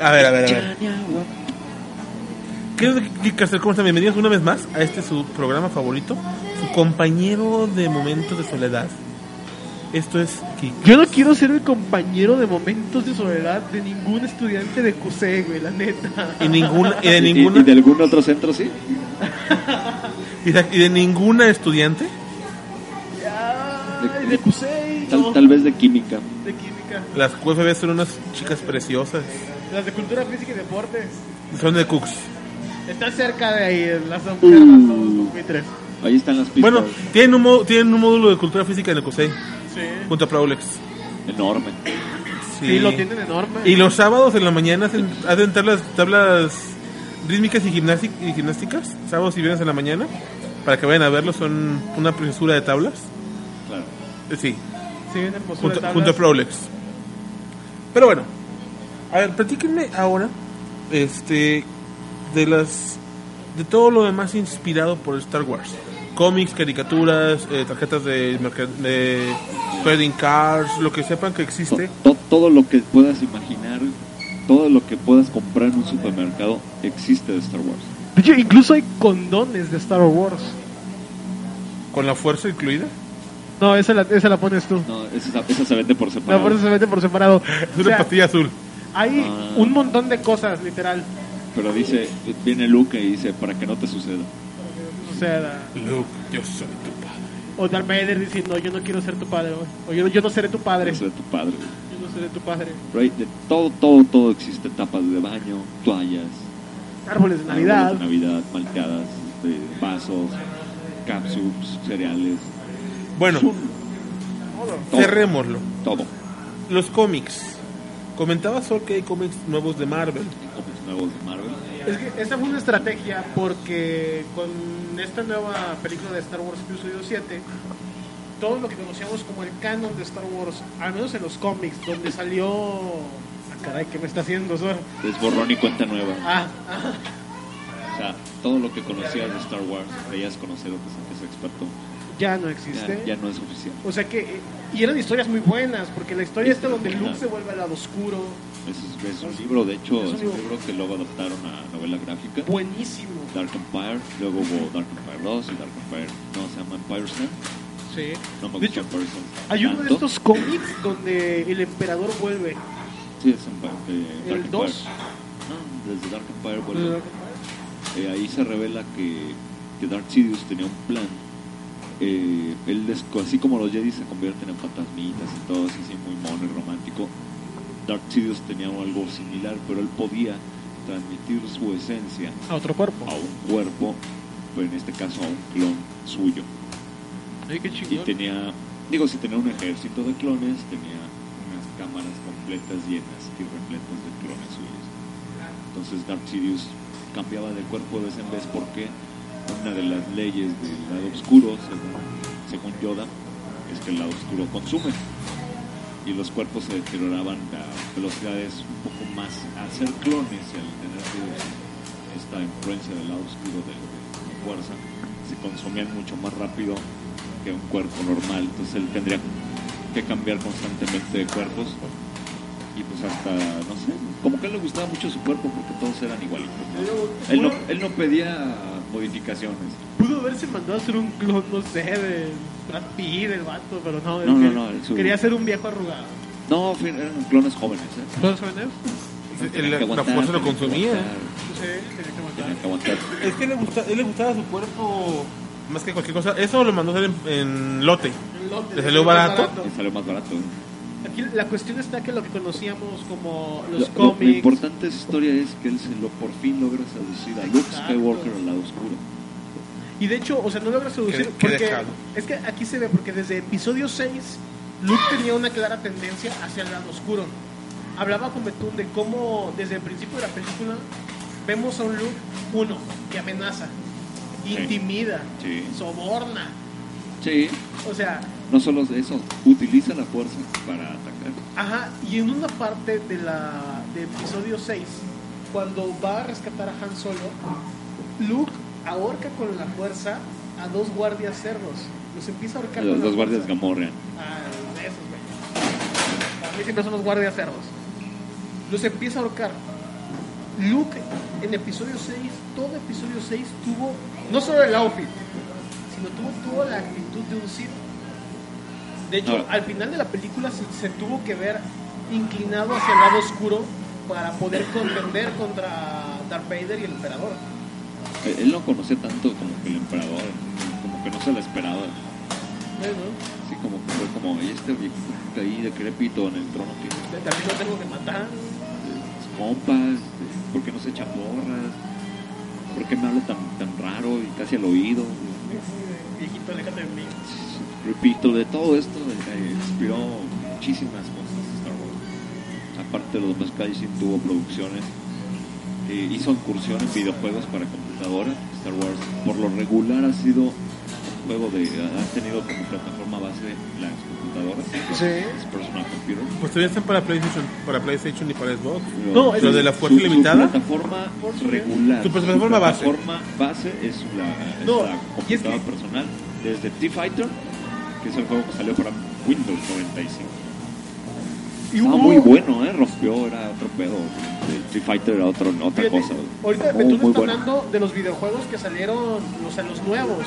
A ver, a ver, a ver. ¿Qué es lo que- que hacer? ¿Cómo están? Bienvenidos una vez más a este su programa favorito, su compañero de momentos de soledad. Esto es Kik.
Yo no quiero ser el compañero de momentos de soledad de ningún estudiante de CUSE, güey, la neta.
Y, ninguna, y de
*laughs* ¿Y- y-
ninguna
¿Y de algún otro centro sí?
y de- y de ninguna estudiante.
Ay, de CUSE,
Tal,
no,
tal vez de química.
de química.
Las QFB son unas chicas preciosas.
Las de cultura física y deportes.
Son de Cooks.
Está cerca de ahí, las
Mm.
mujeres todos con buitres.
Ahí están las pistas.
Bueno, tienen un, mo- tienen un módulo de cultura física en el CUSEI,
Sí.
junto a Praulex.
Enorme.
Sí.
Sí, lo tienen enorme.
Y los sábados en la mañana hacen, hacen tablas, tablas rítmicas y, gimnasi- y gimnásticas, sábados y viernes en la mañana, para que vayan a verlo, son una preciosura de tablas.
Claro.
Eh, Sí,
Sí, en hermosura
junto,
de tablas.
junto a Prolex. Pero bueno, a ver, platíquenme ahora este, de las de todo lo demás inspirado por Star Wars. Cómics, caricaturas, eh, tarjetas de, merca- de trading cards, lo que sepan que
To-
existe.
to- todo lo que puedas imaginar, todo lo que puedas comprar en un supermercado existe de Star Wars.
De hecho, incluso hay condones de Star Wars.
Con la fuerza incluida.
No, esa la, esa la pones tú.
No, esa, esa se vende por
La
separado.
pones se mete por separado.
Es
O
una
sea,
pastilla azul.
hay
Ah.
un montón de cosas, literal.
Pero dice, viene Luke y dice, para que no te suceda.
O sea, la-
Luke, yo soy tu padre.
o Darth Vader diciendo, yo no quiero ser tu padre, güey. o yo, yo no seré tu padre.
Para ser tu padre.
Yo no seré tu padre.
Pero hay de todo, todo, todo existe. Tapas de baño, toallas,
Árboles de Navidad.
árboles de Navidad, malteadas, este, vasos, cápsulas, cereales,
Bueno,
todo.
cerrémoslo.
todo.
Los cómics. Comentaba Sol que hay cómics nuevos de Marvel.
Cómics nuevos de Marvel.
Es que esta fue una estrategia porque con esta nueva película de Star Wars Episodio 7,
todo lo que conocíamos como el canon de Star Wars, al menos en los cómics, donde salió. Ah, caray, ¿qué me está haciendo, Zor?
Es borrón y cuenta nueva.
Ah, ah,
O sea, todo lo que conocías de Star Wars, creías conocer antes de que se experto.
ya no
Ya,
existe.
ya no es oficial.
O sea que. eh, Y eran historias muy buenas, porque la historia está donde Luke se vuelve al lado oscuro.
Es, es un libro, de hecho,
Es un
es un
libro.
libro que luego adaptaron a novela gráfica.
Buenísimo.
Dark Empire, luego hubo Dark Empire 2 y Dark Empire, no, se llama Empire Sun.
Sí.
No me
De
gusta
hecho,
Empire Sun.
Hay uno de
tanto.
estos cómics donde el emperador vuelve.
Sí, es Empire, eh, Dark
El Ah, 2.
Empire. No, desde Dark Empire, bueno, eh, ahí se revela que, que Dark Sidious tenía un plan. Eh, él desco- así como los Jedi se convierten en fantasmitas y todo así, así muy mono y romántico, Dark Sidious tenía algo similar, pero él podía transmitir su esencia
a otro cuerpo.
a un cuerpo, pero en este caso a un clon suyo. Y tenía, digo, si tenía un ejército de clones, tenía unas cámaras completas llenas y repletas de clones suyos. Entonces Darth Sidious cambiaba de cuerpo de vez en vez porque una de las leyes del lado oscuro, según, según Yoda, es que el lado oscuro consume. Y los cuerpos se deterioraban a velocidades un poco más. Al ser clones y al tener pues, esta influencia del lado oscuro de, de la fuerza, se consumían mucho más rápido que un cuerpo normal. Entonces él tendría que cambiar constantemente de cuerpos. Y pues hasta, no sé, como que a él le gustaba mucho su cuerpo porque todos eran igualitos. ¿no? Él, no, él no pedía modificaciones.
Pudo haberse mandado a ser un clon, no sé, de Brad Pitt, del vato, pero no.
No,
él
no, no, su-
Quería ser un viejo arrugado.
No, fin- eran clones jóvenes. ¿eh?
¿Todos jóvenes?
El-
Tenían que
la
aguantar,
fuerza lo
tenían que
consumía.
aguantar,
Sí, tenía que matar.
Tenían que aguantar.
Es que le gusta, él le gustaba su cuerpo más que cualquier cosa. Eso lo mandó a hacer en, en lote. ¿Le salió barato?
Y salió más barato. ¿eh?
Aquí la cuestión está que lo que conocíamos como
Lo-
los
lo, lo
cómics.
importante de esa historia es que él se lo, por fin logra seducir a Luke
Exacto.
Skywalker al lado oscuro.
Y de hecho, o sea, no logra seducir
Qué- qué
porque
dejado.
es que aquí se ve porque desde episodio 6 Luke tenía una clara tendencia hacia el lado oscuro.
Hablaba con Betún de cómo desde el principio de la película vemos a un Luke, uno, que amenaza,
Sí.
intimida,
Sí.
soborna.
Sí.
O sea,
No solo eso, utiliza la fuerza para atacar.
Ajá, y en una parte de la de episodio 6, cuando va a rescatar a Han Solo, Luke ahorca con la fuerza a dos guardias cerdos. Los empieza a ahorcar
Los,
con la
los guardias
fuerza.
gamorrean.
Ah, de esos, güey. A mí siempre son los guardias cerdos. Los empieza a ahorcar. Luke en episodio 6, todo episodio 6 tuvo, no solo el outfit, sino tuvo, tuvo la actitud de un Sith. De hecho,
Ahora.
al final de la película se, se tuvo que ver inclinado hacia el lado oscuro para poder contender contra Darth Vader y el emperador.
Él- Eh, Él no conocía tanto como que el emperador, como que no se la esperaba.
Bueno,
Así como que fue como, "Oye, este viejo está ahí decrépito en el trono que
también lo tengo que matar.
sus compas, este, por qué no se echa porras, por qué me habla tan, tan raro y casi al oído.
Viejito, aléjate de mí.
Repito, de todo esto eh, inspiró muchísimas cosas Star Wars. Aparte de los demás, Kaijin tuvo producciones, eh, hizo incursión en videojuegos para computadora. Star Wars por lo regular ha sido un juego de, ha tenido como plataforma base las computadodas, los personal computer.
Pues todavía están para PlayStation, para PlayStation y para Xbox.
No,
¿Lo de la fuerza
su-
ilimitada?
Su plataforma regular.
Su plataforma base.
Su plataforma base es la, es
No,
la
y es
computadora personal desde T-Fighter, que es el juego que salió para Windows 95.
Y
Estaba
hubo-
muy bueno, ¿eh? Rompió, era otro pedo. El T-Fighter era otro, otra
Fíjate,
cosa.
Ahorita
muy,
Betún
muy
está
bueno.
hablando de los videojuegos que salieron, o sea, los nuevos.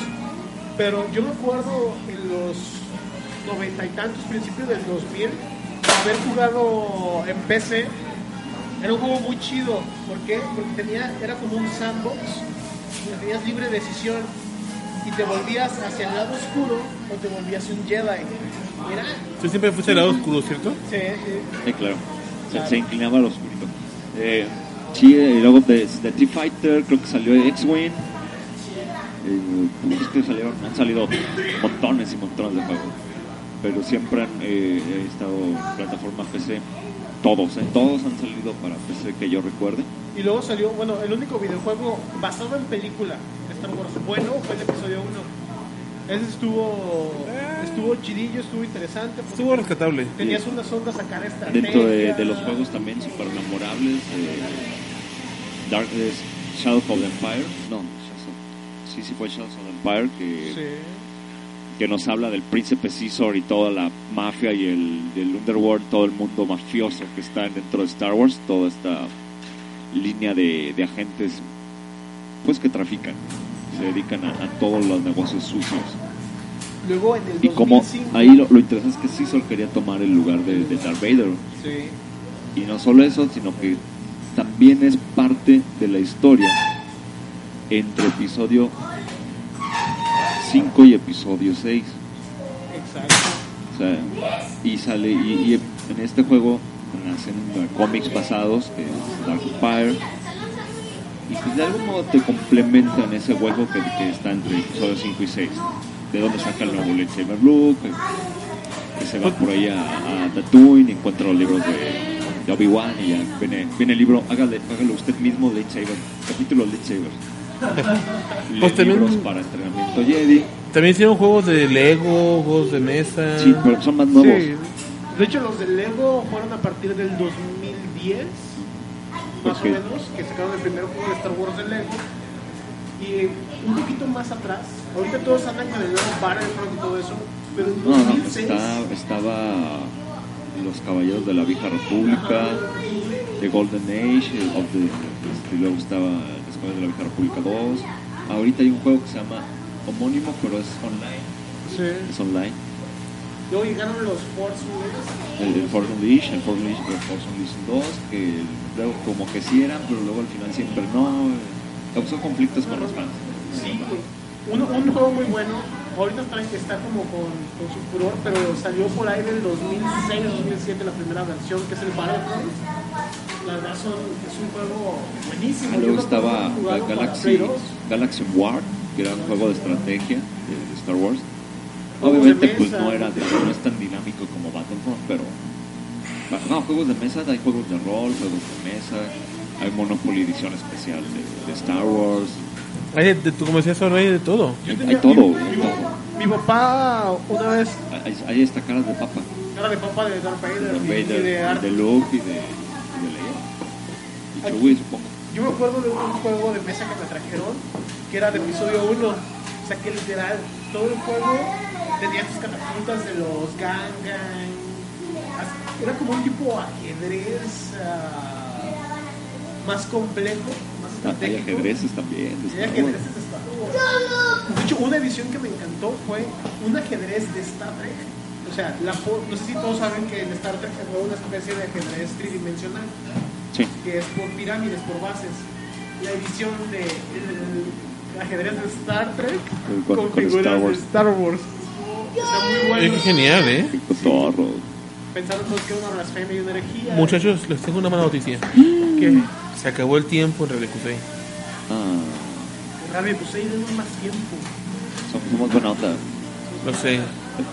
Pero yo me acuerdo en los noventa y tantos, principios del 2000, haber jugado en PC. Era un juego muy chido. ¿Por qué? Porque tenía, era como un sandbox, donde tenías libre decisión y te volvías hacia el lado oscuro o te volvías un Jedi. Mira,
Tú siempre fuiste el lado oscuro, ¿cierto?
se- eh,
Sí, claro. Se-
Claro.
Se, inclinaba al oscurito. Eh, sí, eh, y luego de, de T-Fighter creo que salió X-Wing. Eh, pues es que salieron, han salido montones y montones de juegos. Pero siempre han eh, eh, estado plataforma PC. Todos, eh, todos han salido para PC que yo recuerde.
Y luego salió, bueno, el único videojuego basado en película de Star Wars bueno fue el episodio 1. Ese estuvo estuvo chidillo, estuvo interesante. porque
Estuvo rescatable.
Tenías unas ondas acá de estrategia.
Dentro de, de los juegos también super memorables. eh, Darkness, Shadow of the Empire. No, Shadows of- sí, sí fue Shadow of the Empire que...
Sí.
que nos habla del príncipe Caesar y toda la mafia y el del underworld, todo el mundo mafioso que está dentro de Star Wars, toda esta línea de, de agentes pues que trafican, se dedican a, a todos los negocios sucios.
Luego en el
Y como
2005,
ahí lo, lo interesante es que Caesar quería tomar el lugar de, de Darth Vader
Sí.
y no solo eso, sino que también es parte de la historia entre episodio 5 y episodio 6.
Exacto.
O sea, y sale, y, y en este juego nacen eh, cómics basados, que es Dark Empire, y pues de algún modo te complementan ese hueco que, que está entre episodios 5 y 6, de donde saca el nuevo lightsaber Luke, que- que se va por ahí a, a Tatooine, encuentra los libros de, de Obi-Wan, y ya viene, viene el libro, hágale, hágalo usted mismo, lightsaber, capítulo
*laughs*
lightsaber. Lee
Pues también-
libros para entrenamiento Jedi,
También hicieron juegos de Lego, juegos de mesa.
sí, pero son más nuevos.
Sí. De hecho, los de Lego fueron a partir del 2010, más
Ok.
o menos, que sacaron el primer juego de Star Wars de Lego. Y eh, un poquito más atrás, ahorita todos andan con el nuevo Battlefront y todo eso, pero en
No, no,
2006
está, estaba Los Caballeros de la Vieja República, The Golden Age, el- of the- este, luego estaba Los Caballeros de la Vieja República 2. Ahorita hay un juego que se llama homónimo, pero es online.
Sí.
Es online.
Luego llegaron los Force Wheels.
El, el Force Unleashed, el Force Unleashed, el Force Unleashed 2, que luego como que sí eran, pero luego al final siempre no. eh, Causó conflictos con los fans.
Sí, un, un juego muy bueno. Ahorita está, está como con, con su furor, pero salió por ahí del 2006-2007 la primera versión, que es el Battlefront. La verdad son, es un juego buenísimo.
Ah,
Yo me
Luego
acuerdo
estaba Ga-
jugarlo para Play
Galaxy,
2.
Galaxy War, que era un juego de estrategia de de Star Wars.
Juegos
Obviamente,
de
pues
mesa.
no, era, no es tan dinámico como Battlefront, pero. No, juegos de mesa, hay juegos de rol, juegos de mesa, hay Monopoly edición especial de, de Star Wars,
Hay de, de- tú, como decías ahora, hay de todo.
hay,
tenía-
hay todo,
mi-
hay
mi-
todo.
Mi papá una vez
Hay, hay hasta caras de papa,
era de papá de Darth
de
Vader,
Darth
y-
Vader,
y de Darth-
de Luke y de, y de Leia. Y Chewie, supongo.
Yo me acuerdo de un juego de mesa que me trajeron, que era de episodio 1. O sea, que literal, todo el juego tenía sus catapultas de los gangan. Era como un tipo ajedrez. ah, más complejo, más
Ah, Hay
estratégico.
ajedrezes también. de
Y
Star
ajedrez
Wars.
de Star Wars. De hecho, una edición que me encantó fue un ajedrez de Star Trek. O sea, la fo- no sé si todos saben que en Star Trek se juega una especie de ajedrez tridimensional,
Sí.
que es por pirámides, por bases. La edición de el- el ajedrez de Star Trek
Con-
con,
con
figuras
Star Wars.
de Star Wars. Estuvo- Está muy
Oye,
bueno.
qué genial, ¿eh?
Qué cotorro.
Pensaron todos que era una blasfemia y una herejía.
Muchachos, les tengo una mala noticia.
Que
Se acabó el tiempo en Radio Cusey.
Ah,
Radio Cusey denos más tiempo.
somos, somos buena onda.
No sé.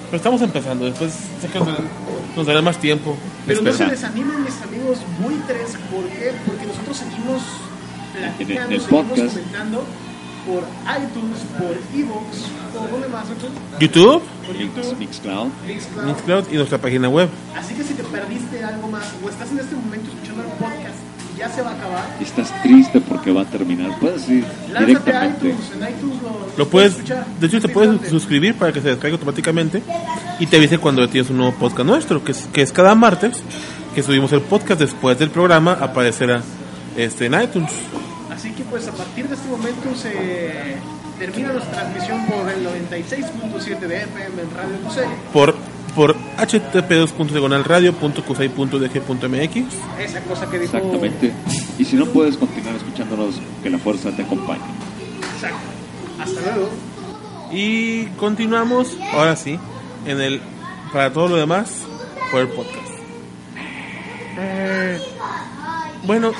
Pero estamos empezando. Después sé que nos darán- nos dará más tiempo.
Pero no se
Espera.
desanimen mis amigos buitres, ¿por qué? Porque nosotros seguimos platicando,
En el
seguimos
podcast.
comentando por iTunes, por Evox, por dónde más, Nacho?
YouTube,
por
Mix,
YouTube,
Mixcloud.
Mixcloud.
Mixcloud y nuestra página web.
Así que si te perdiste algo más o estás en este momento escuchando el podcast y ya se va a acabar,
Y estás triste porque va a terminar. Puedes ir
lánzate a
directamente.
iTunes, en iTunes lo,
Lo puedes,
escuchar.
de hecho, te puedes suscribir para que se descargue automáticamente y te avise cuando tienes un nuevo podcast nuestro, que es, que es cada martes que subimos el podcast después del programa aparecerá este en iTunes.
Así que pues a partir de este momento se termina nuestra transmisión por el 96.7 de FM en Radio Cusey.
por por http mx
Esa cosa que dijo
Exactamente. Y si no puedes continuar escuchándonos, que la fuerza te acompañe.
Exacto. Hasta luego.
y continuamos ahora sí en el para todo lo demás por el podcast. Eh, Bueno,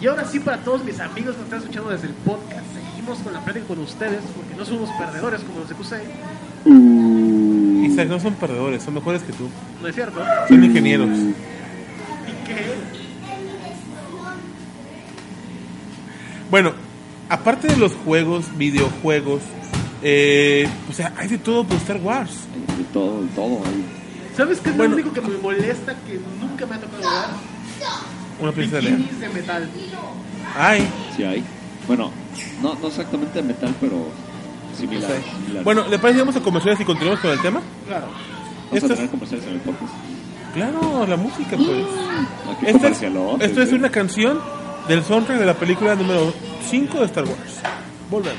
Y ahora sí, para todos mis amigos que nos están escuchando desde el podcast, seguimos con la plática con ustedes, porque no somos perdedores como los de QC,
Isaac no son perdedores, son mejores que tú.
¿no es cierto?
Son ingenieros.
Y que
Bueno, aparte de los juegos, videojuegos, eh, o sea, hay de todo por Star Wars.
De todo, de todo. ahí.
¿Sabes qué es
Bueno.
lo único que me molesta que nunca me ha tocado jugar?
Una princesa de
Bikinis de metal.
Ay.
Sí hay. Bueno, no, no exactamente metal, pero similar. similar.
Bueno, ¿le parece que vamos a comerciales y continuamos con el tema?
Claro.
vamos
esto
a
es-
tener comerciales en el podcast.
Claro, la música, pues.
Aquí
Esto es,
comercialotes,
esto es
¿eh?
una canción del soundtrack de la película número 5 de Star Wars. Volvemos.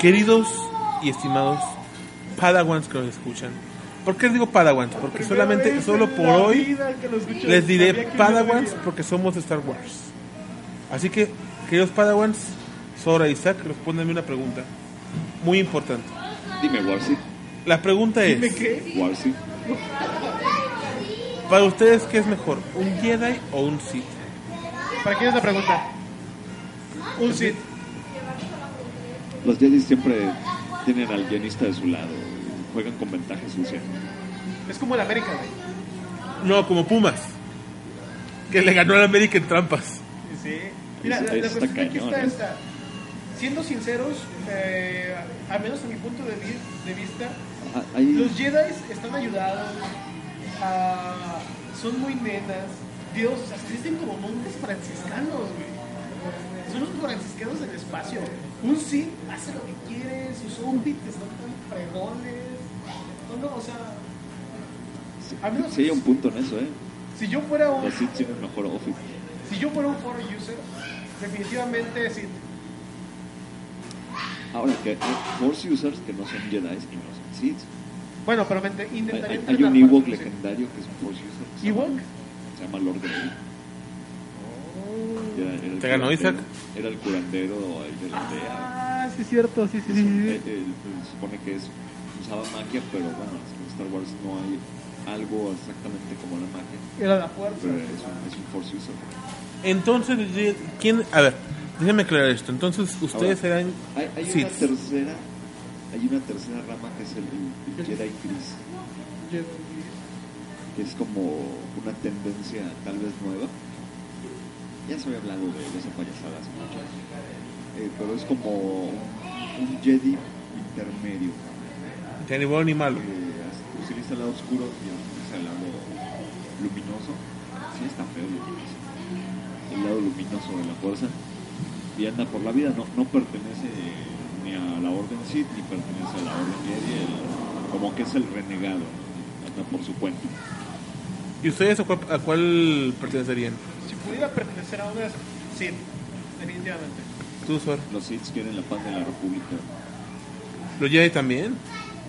Queridos y estimados Padawans que nos escuchan. ¿Por qué les digo Padawans? Porque solamente, solo por hoy les diré Padawans porque somos de Star Wars. Así que, queridos Padawans, Sora y Isaac, respóndanme una pregunta. Muy importante.
Dime, Warsi.
La pregunta es...
Warsi.
Para ustedes, ¿qué es mejor? ¿Un Jedi o un Sith?
¿Para quién es la pregunta? Un sit.
Los Jedi siempre tienen al guionista de su lado. Juegan con ventaja sucia.
Es como el América, güey.
No, como Pumas. Que le ganó al América en trampas.
Sí. Mira,
Eso-
la, la
eso está
cuestión aquí
cañón,
está
¿eh?
esta. Siendo sinceros, eh, al menos a mi punto de, vi- de vista,
Ah, Hay,
los Jedi están ayudados, ah, son muy nenas. Dios, o sea, existen como monjes franciscanos, güey. Son los franciscanos del espacio. Un sí hace lo que quiere, sus hombres están tan fregones. No, no, o sea. al menos-
sí hay un punto en eso, ¿eh?
Si yo fuera un,
Los Sith tienen mejor Office.
si yo fuera un foro user, definitivamente sí.
Ahora que hay Force users que no son Jedi y no son Sith.
Bueno, pero me inte-
Hay,
intentaría
hay- hay
entrenar
un
para
Ewok
que sí.
legendario que es un Force user. que se llama-
Ewok.
Se llama Lord de
¿Te ganó Isaac?
Era el curandero ahí de la aldea.
Ah, sí, es cierto, sí, sí, sí.
Eh,
sí.
eh, se supone que es, usaba magia, pero bueno, en Star Wars no hay algo exactamente como la magia.
Era la fuerza.
Pero es un, es un Force user.
Entonces, ¿quién? A ver, déjenme aclarar esto. Entonces, ustedes
Ahora,
serán
Hay, hay
Sith.
una tercera. Hay una tercera rama que es el, el- el Jedi Gris, que es como una tendencia tal vez nueva. Ya se había hablado de, de esa payasada hace mucho. Eh, pero es como un Jedi intermedio.
Ya ni bueno ni malo.
que as- utiliza el lado oscuro y utiliza el lado luminoso. Sí, está feo luminoso. El lado luminoso de la fuerza. Y anda por la vida, no, no pertenece ni a la Orden Sith ni pertenece a la Orden Jedi. el- como que es el renegado. ¿no? Anda por su cuenta.
¿Y ustedes a cuál, a cuál pertenecerían?
Si pudiera pertenecer a una, sí, definitivamente.
Tú, Sor.
Los Sith quieren la paz de la República.
¿Los Jedi también?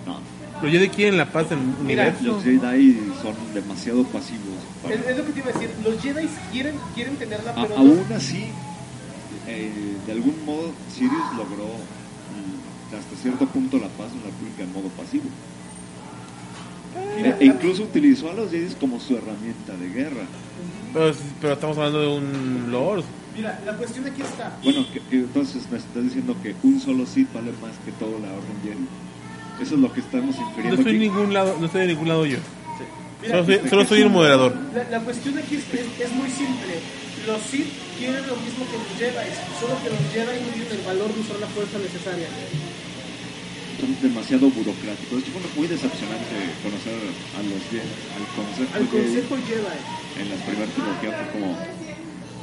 No.
¿Los Jedi quieren la paz del
Mira,
universo?
Los Jedi son demasiado pasivos. para-
Es, es lo que te iba a decir. Los Jedi quieren, quieren tenerla,
A-
pero no-
Ah, aún así, eh, de algún modo, Sirius logró mm, hasta cierto punto la paz en la República en modo pasivo.
Eh,
E- e incluso utilizó a los Jedi como su herramienta de guerra.
Pero, pero estamos hablando de un Lord.
Mira, la cuestión aquí está.
Bueno, que, que entonces me estás diciendo que un solo Sith vale más que toda la Orden Jedi. Eso es lo que estamos
No
infiriendo
estoy en
aquí.
ningún lado, no estoy de ningún lado yo. Solo
Mira,
soy, solo soy el moderador.
La, la cuestión aquí es, es- es muy simple. Los Sith quieren lo mismo que los Jedi, solo que los Jedi no tienen el valor de usar la fuerza necesaria.
Son demasiado burocráticos. De hecho, fue muy decepcionante conocer a los Jedi, al concepto
Al
Jedi.
Consejo Jedi.
en las primeras trilogías fue como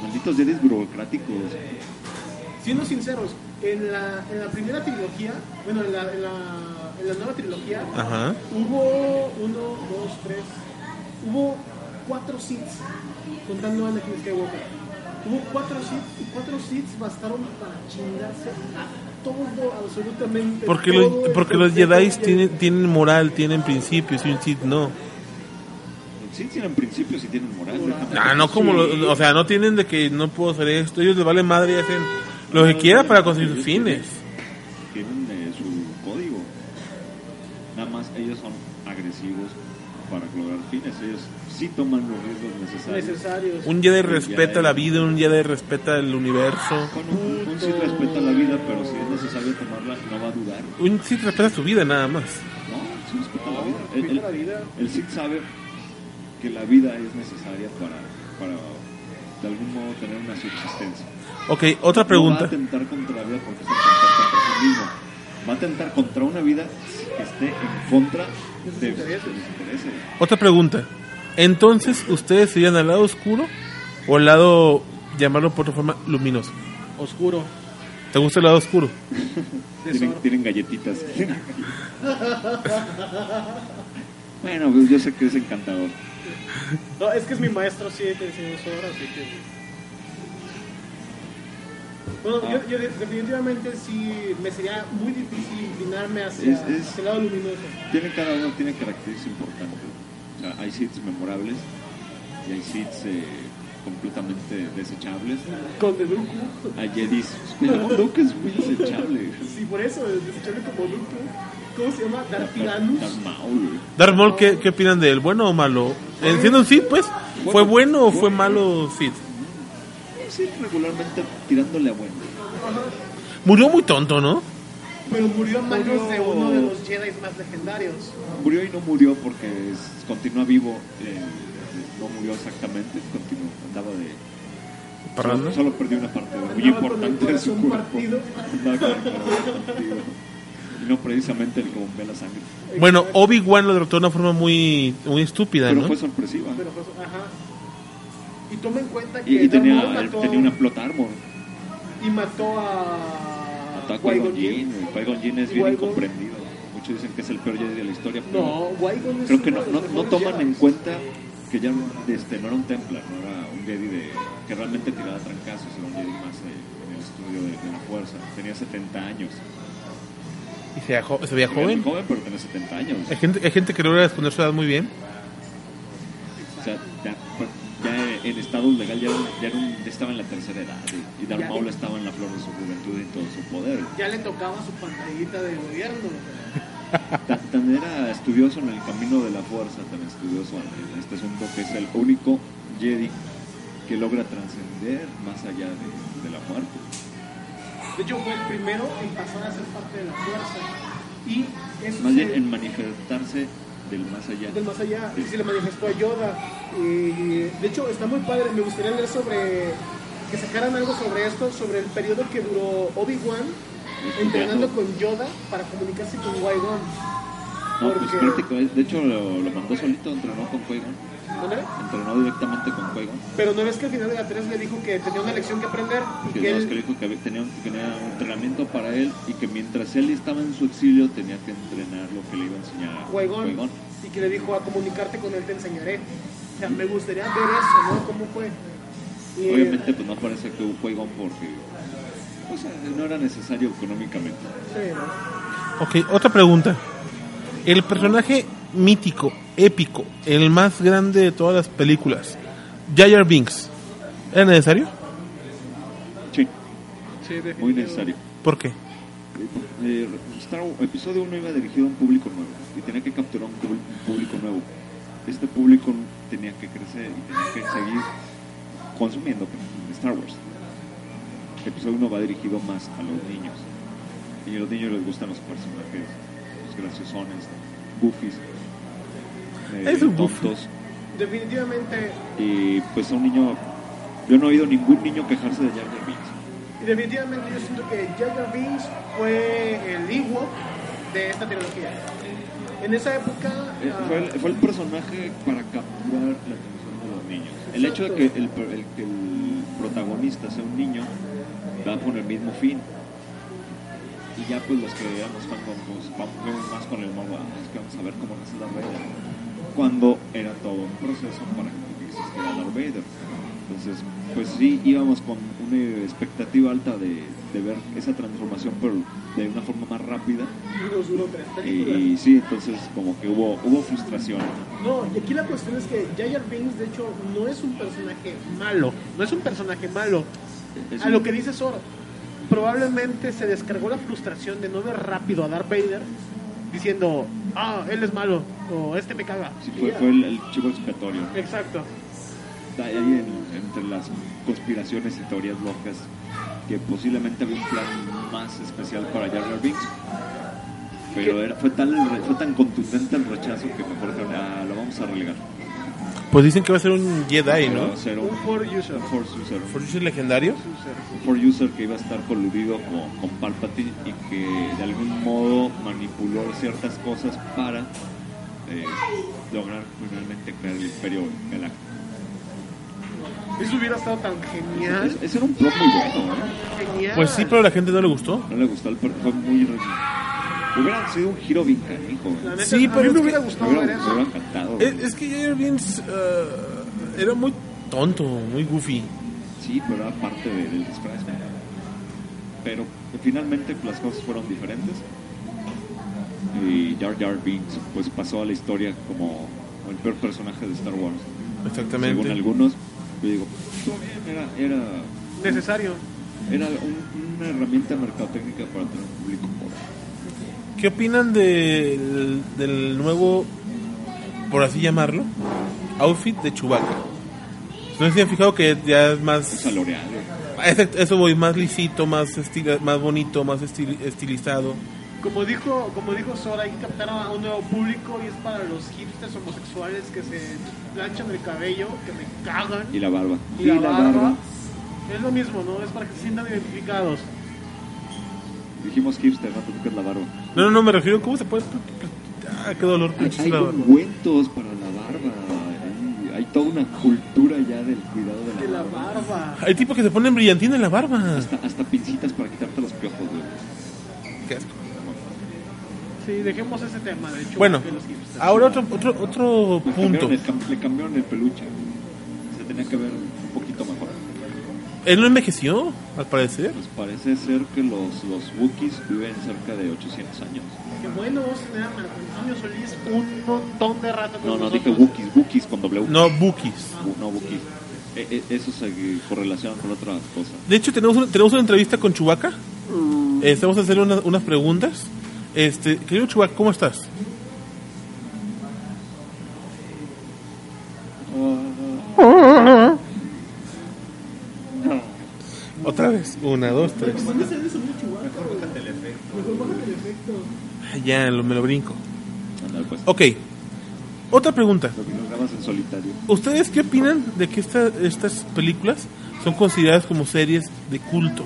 malditos Jedi burocráticos.
Siendo sinceros, en la, en la primera trilogía, bueno, en la, en la, en la nueva trilogía,
Ajá.
hubo uno, dos, tres, hubo cuatro Siths, contando a Anakin Skywalker. Hubo cuatro Siths y cuatro Siths bastaron para chingarse a todo, absolutamente
Porque
todo
los,
el
porque los
Consejo
Jedi tienen, tienen moral, tienen principios y un Sith no.
Sí tienen principios y tienen moral. déjame
Ah, no
decir.
como, lo- o sea, no tienen de que no puedo hacer esto. Ellos les vale madre y hacen lo que quiera para conseguir sus fines.
Tienen eh, su código. Nada más ellos son agresivos para lograr fines. Ellos sí toman los riesgos necesarios.
necesarios.
Un Jedi respeta la vida, un Jedi respeta el universo.
Bueno, un, un sí respeta la vida, pero si es necesario tomarla, no va a dudar.
Un Sith respeta su vida nada más.
No, sí respeta la vida. El,
respeta
el-
la vida.
el Sith sabe que la vida es necesaria para, para de algún modo tener una subsistencia.
Ok, otra
No va
pregunta.
a tentar contra la vida porque es atentar contra sí mismo. Va a tentar contra una vida que esté en contra de sus intereses.
Otra pregunta. Entonces, ¿ustedes serían al lado oscuro o al lado, llamarlo por otra forma, luminoso?
Oscuro.
¿Te gusta el lado oscuro?
Tienen, tienen galletitas. bueno, pues yo sé que es encantador.
No, es que es mi maestro, sí, que enseñó su obra, así que... Bueno,
Ah.
yo, yo de- definitivamente sí me sería muy difícil inclinarme hacia,
Es- es-
hacia el lado luminoso.
Tiene cada uno tiene características importantes. O sea, hay seeds memorables y hay seeds eh, completamente desechables.
Con de Dooku.
Hay Jedis. No, no, que es muy *laughs* desechable.
Sí, por eso, desecharle como Dooku. ¿Cómo se llama? Darth
Darth
Tyranus.
Maul, güey.
Darth Maul, ¿qué, qué opinan de él? ¿Bueno o malo? Eh, Siendo un Sith, pues, ¿fue bueno o fue malo Sith?
Sí, regularmente tirándole a bueno.
Murió muy tonto, ¿no?
Pero murió a manos
Murió-
de uno de los Jedi más legendarios.
Murió y no murió porque es- continúa vivo. eh, no murió exactamente, continuó. Andaba de.
Parranda.
Solo, solo perdió una parte muy
Andaba con
importante
el
de su
corazón
cuerpo.
partido.
Andaba con el corazón partido. Y no precisamente el que bombea la sangre.
Bueno, Obi-Wan lo derrotó de una forma muy, muy estúpida,
Pero
¿no?
fue sorpresiva.
Pero pues, ajá. Y toma en cuenta que
Ah. Y, y
Darth
tenía,
Maul mató-
tenía una plot armor.
y mató a
Mató a
Qui-Gon
Qui-Gon Jinn.
Jinn.
Qui-Gon Jinn es bien
Qui-Gon-
incomprendido. Muchos dicen que es el peor Jedi de la historia. pero
No, Qui-Gon es
creo que
uno
no,
de
no,
los
no
mejores
toman
Jedi.
en cuenta que ya este, no era un Templar, no era un Jedi de, que realmente tiraba trancazos, era un Jedi más eh, en el estudio de, de la fuerza. Tenía 70 años.
Y se, veía jo- se veía
Era muy
joven.
joven, pero tenía 70 años.
Hay gente, hay gente que logra esconder su edad muy bien.
O sea, ya, ya en estado legal ya, era un- ya era un- ya estaba en la tercera edad y- y Darth
Ya.
Maul estaba en la flor de su juventud y todo su poder.
Ya le tocaba su pantallita de gobierno.
Ta- También era estudioso en el camino de la fuerza, tan estudioso en este asunto que es el único Jedi que logra trascender más allá de, de la muerte.
De hecho, fue el primero en pasar a ser parte de la fuerza. Y eso
Más
se-
bien en manifestarse del más allá.
del más allá y se le manifestó a Yoda. Y, de hecho, está muy padre. Me gustaría leer sobre que sacaran algo sobre esto, sobre el periodo que duró Obi-Wan
Este,
entrenando con Yoda para comunicarse con Qui-Gon.
No, pues
porque-
práctico, eh, de hecho lo, lo mandó solito, entrenó con Cuego,
¿Vale?
entrenó directamente con Cuego.
Pero no ves que al final de la 3 le dijo que tenía una lección que aprender y
Que
que,
no, es
él,
que le dijo que había- tenía, un- que tenía un entrenamiento para él y que mientras él estaba en su exilio tenía que entrenar lo que le iba a enseñar a
Qui-Gon,
Qui-Gon.
y que le dijo a comunicarte con él te enseñaré. O sea, me gustaría ver eso, ¿no? ¿Cómo fue? Y,
Obviamente pues no parece que hubo Qui-Gon porque o sea, no era necesario económicamente.
sí, ¿no?
Ok, otra pregunta. El personaje mítico, épico, el más grande de todas las películas, Jar Jar Binks, ¿era necesario?
Sí,
Sí,
muy necesario.
¿Por qué?
Eh, Star Wars- episodio 1 iba dirigido a un público nuevo y tenía que capturar un, pub- un público nuevo. Este público tenía que crecer y tenía que seguir consumiendo Star Wars. Episodio 1 va dirigido más a los niños. Y a los niños les gustan los personajes, los graciosones, goofies, eh,
Es un goofy.
tontos.
Definitivamente
Y pues a un niño, yo no he oído ningún niño quejarse de Jar Jar Binks.
Y definitivamente yo siento que Jar Jar Binks fue el Ewok de esta trilogía. En esa época...
Eh,
ah,
fue, el, fue el personaje para capturar la atención de los niños. El hecho de
Exacto.
que el, per- el- que el protagonista sea un niño va con el mismo fin. Y ya pues los que éramos fan con- pues, vamos vamos más con el modo, "Ah, es que vamos a ver cómo nace Darth Vader. Cuando era todo un proceso para que existiera Darth Vader. Entonces, pues sí, íbamos con una expectativa alta de, de ver esa transformación, pero de una forma más rápida.
nos duró tres
Y,
películas.
y sí, entonces como que hubo, hubo frustración.
No, y aquí la cuestión es que Jar Jar Binks, de hecho, no es un personaje malo. No es un personaje malo.
Es
A
un-
Ah, lo que dice Sora, probablemente se descargó la frustración de no ver rápido a Darth Vader diciendo, ah, él es malo, o este me caga.
sí,
Y
fue,
ya.
fue el, el chivo expiatorio.
Exacto.
Está ahí en- entre las conspiraciones y teorías locas que posiblemente había un plan más especial para Jar Jar Binks. Pero era, fue, tan, fue tan contundente el rechazo que mejor dijeron, "Ah, lo vamos a relegar.
Pues dicen que va a ser un Jedi,
Va
¿no?
a ser
Un
un
for user.
Force User. un
¿Por eso es legendario?
for user que iba a estar coludido con, con Palpatine y que de algún modo manipuló ciertas cosas para eh, lograr finalmente crear el Imperio Galáctico.
Eso hubiera estado tan genial.
Es- Ese era un plot muy bueno, ¿eh?
Genial.
Pues sí, pero a la gente no le gustó.
No le gustó el per- fue muy re- Hubiera sido un giro bien canijo,
La
¿eh?
neta,
Sí,
a
pero
mí
es
me
que-
hubiera
Me
gustado ver
hubiera, me
eso.
hubiera encantado. ¿eh?
Es, E, es que Jar Jar Binks eh, era muy tonto, muy goofy.
Sí, pero era parte de- del disfraz. ¿no? Pero eh, finalmente las cosas fueron diferentes. Y Jar Jar Binks pues pasó a la historia como el peor personaje de Star Wars. Según
Exactamente.
algunos, yo digo, "Estuvo bien, era, era,
Necesario.
era un- una herramienta mercadotécnica para tener un público joven.
¿Qué opinan del, del nuevo, por así llamarlo, outfit de Chewbacca? No sé si han fijado que ya es más...
Usa L'Oreal. eh.
Exacto, eso voy, más lisito, más estila- más bonito, más estil- estilizado.
Como dijo, como dijo Sora, hay que captar a un nuevo público y es para los hipsters homosexuales que se planchan el cabello, que me cagan.
Y la barba.
Y la barba. Es lo mismo, ¿no? Es para que se sientan identificados.
Dijimos hipster, no te toques la barba.
No, no, no, me refiero, ¿cómo se puede? Ah, qué dolor,
Hay,
pinche
hay
la-
ungüentos para la barba. Hay, hay toda una cultura ya del cuidado de la,
De la
barba.
barba.
Hay tipos que se ponen brillantina en la barba.
Hasta, hasta pincitas para quitarte los piojos, güey.
Qué asco.
Sí, dejemos ese tema, de hecho.
Bueno,
que los hipsters.
ahora otro, otro, otro
Le
punto.
cambiaron, el, cam- le cambiaron el peluche. Se tenía que ver un poquito mejor.
Él no envejeció, al parecer.
Pues parece ser que los, los Wookiees viven cerca de 800 años.
Qué bueno, vamos a tener a Marco Antonio Solís un montón de rato con
No, no,
nosotros.
dije Wookiees, Wookiees con W.
No, Bookies.
Bu- no Wookiees. Eh, eh, eso se eh, correlaciona con otras cosas.
De hecho, tenemos una, tenemos una entrevista con Chubaca. Estamos haciendo unas, unas preguntas. Este, querido Chubaca, ¿cómo estás? Otra vez. Una, dos, tres. Ah, Ya, lo- me lo brinco.
Ándale, pues.
Ok. Otra pregunta.
Lo que nos grabas en solitario.
¿Ustedes qué opinan de que esta- estas películas son consideradas como series de culto?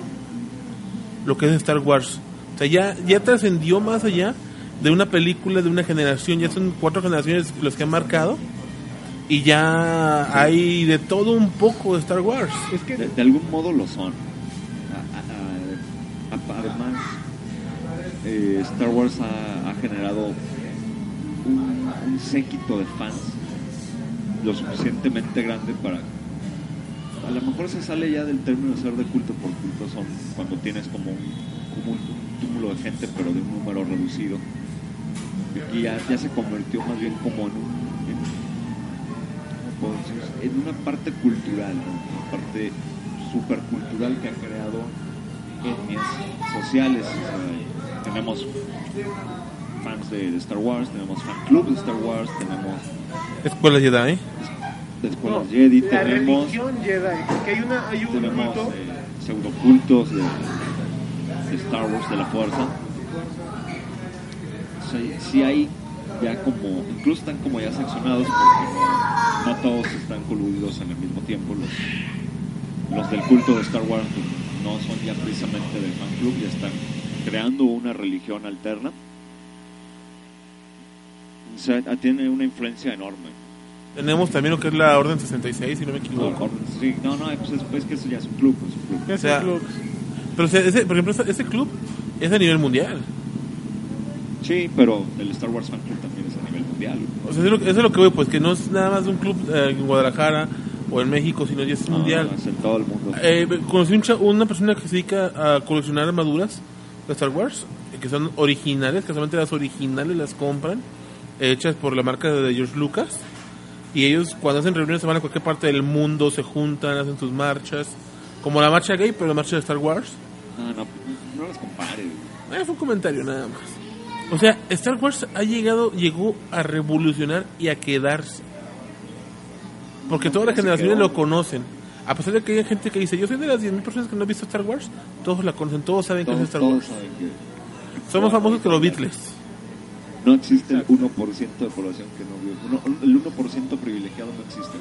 Lo que es Star Wars. O sea, ya, ya trascendió más allá de una película de una generación. Ya son cuatro generaciones las que han marcado. Y ya hay de todo un poco de Star Wars.
Es que
De, de algún modo lo son. A- a- a- a- además, eh, Star Wars ha, ha generado un, un séquito de fans lo suficientemente grande para... A lo mejor se sale ya del término de ser de culto por culto son cuando tienes como un, como un túmulo de gente pero de un número reducido. Y aquí ya, ya se convirtió más bien como en un, en- entonces, en una parte cultural, ¿no? una parte supercultural que ha creado etnias sociales. o sea, tenemos fans de, de Star Wars, tenemos fan club de Star Wars, tenemos
Escuela Jedi. ¿eh?
de escuelas
No,
Jedi,
la
tenemos,
religión Jedi, que hay, una, hay un
tenemos
mito.
eh, pseudocultos de, de Star Wars de la fuerza. O sea, sí hay ya como, incluso están como ya seccionados porque no, no todos están coludidos en el mismo tiempo. Los, los del culto de Star Wars pues, no son ya precisamente del fan club, ya están creando una religión alterna. O sea, tiene una influencia enorme.
Tenemos también lo que es la Orden 66, si no me
No,
equivoco.
por- sí, no, no, pues es, es que eso ya es un club, es un club.
que es
o sea,
el club.
Pero o sea, ese- por ejemplo, ese, ese club es a nivel mundial.
Sí, pero el Star Wars Fan Club también es a nivel mundial.
O sea, eso es lo, eso es lo que voy, pues que no es nada más de un club eh, en Guadalajara o en México, sino ya es
No,
mundial.
es en todo el mundo.
Eh, conocí un cha- una persona que se dedica a coleccionar armaduras de Star Wars, eh, que son originales, que solamente las originales las compran, eh, hechas por la marca de George Lucas. Y ellos cuando hacen reuniones se van a cualquier parte del mundo, se juntan, hacen sus marchas, como la marcha gay, pero la marcha de Star Wars.
No, no, no las compares.
Eh, fue un comentario nada más. O sea, Star Wars ha llegado, llegó a revolucionar y a quedarse. Porque todas las
se
generaciones
quedó.
lo conocen. A pesar de que hay gente que dice, yo soy de las 10.000 personas que no han visto Star Wars, todos la conocen, todos saben que es
Todos,
Star
todos
Wars.
saben que
Somos famosos que los Beatles.
no existe el 1% de población que no vio. uno- el 1% privilegiado no existe.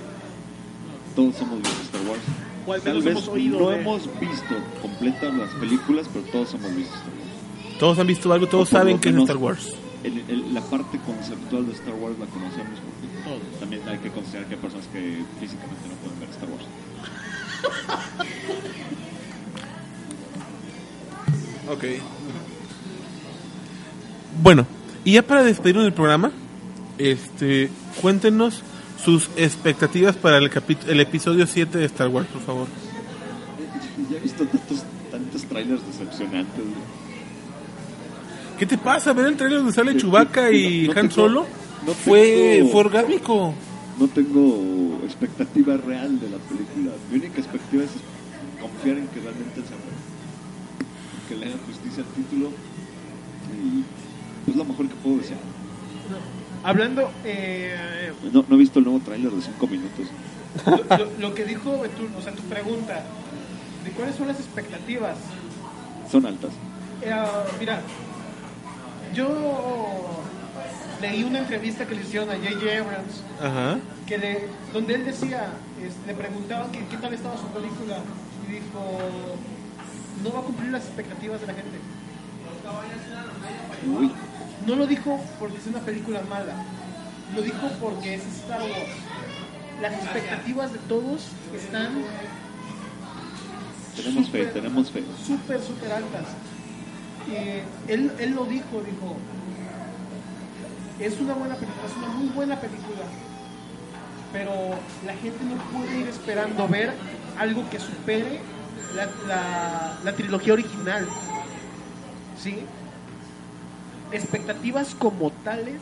Todos somos de Star Wars.
O al
Tal
menos
vez
hemos oído
no
de-
hemos visto completas las películas, pero todos hemos visto Star Wars.
Todos han visto algo, todos
O por lo
saben que es
menos
Star Wars.
el- el- la parte conceptual de Star Wars la conocemos porque también hay que considerar que hay personas que físicamente no pueden ver Star Wars.
Ok. Bueno, y ya para despedirnos del programa, este, cuéntenos sus expectativas para el, capi- el episodio 7 de Star Wars, por favor.
Eh, Ya he visto tantos, tantos trailers decepcionantes. güey.
¿Qué te pasa? Ver el trailer donde sale
Sí,
Chewbacca y
*laughs* no- no
Han
tengo-
Solo
no
fue,
tengo-
fue orgánico.
No tengo expectativa real de la película. Mi única expectativa es confiar en que realmente sea buena. Que le hagan justicia al título. Y es lo mejor que puedo decir.
Hablando, eh,
No, no he visto el nuevo tráiler de 5 minutos.
Lo, lo- lo que dijo Betul, o sea, tu pregunta, ¿de cuáles son las expectativas?
Son altas.
Eh, mira, yo leí una entrevista que le hicieron a J.J. Abrams,
Ajá.
que le- donde él decía, es- le preguntaban que, qué tal estaba su película, y dijo, no va a cumplir las expectativas de la gente.
Uy,
No lo dijo porque es una película mala, lo dijo porque es Star Wars. Las expectativas de todos están
tenemos fe,
súper-
tenemos fe.
súper, súper altas. Eh, él, él lo dijo, dijo, Es una buena película, es una muy buena película. Pero la gente no puede ir esperando ver algo que supere la, la- la trilogía original. ¿Sí? Expectativas como tales,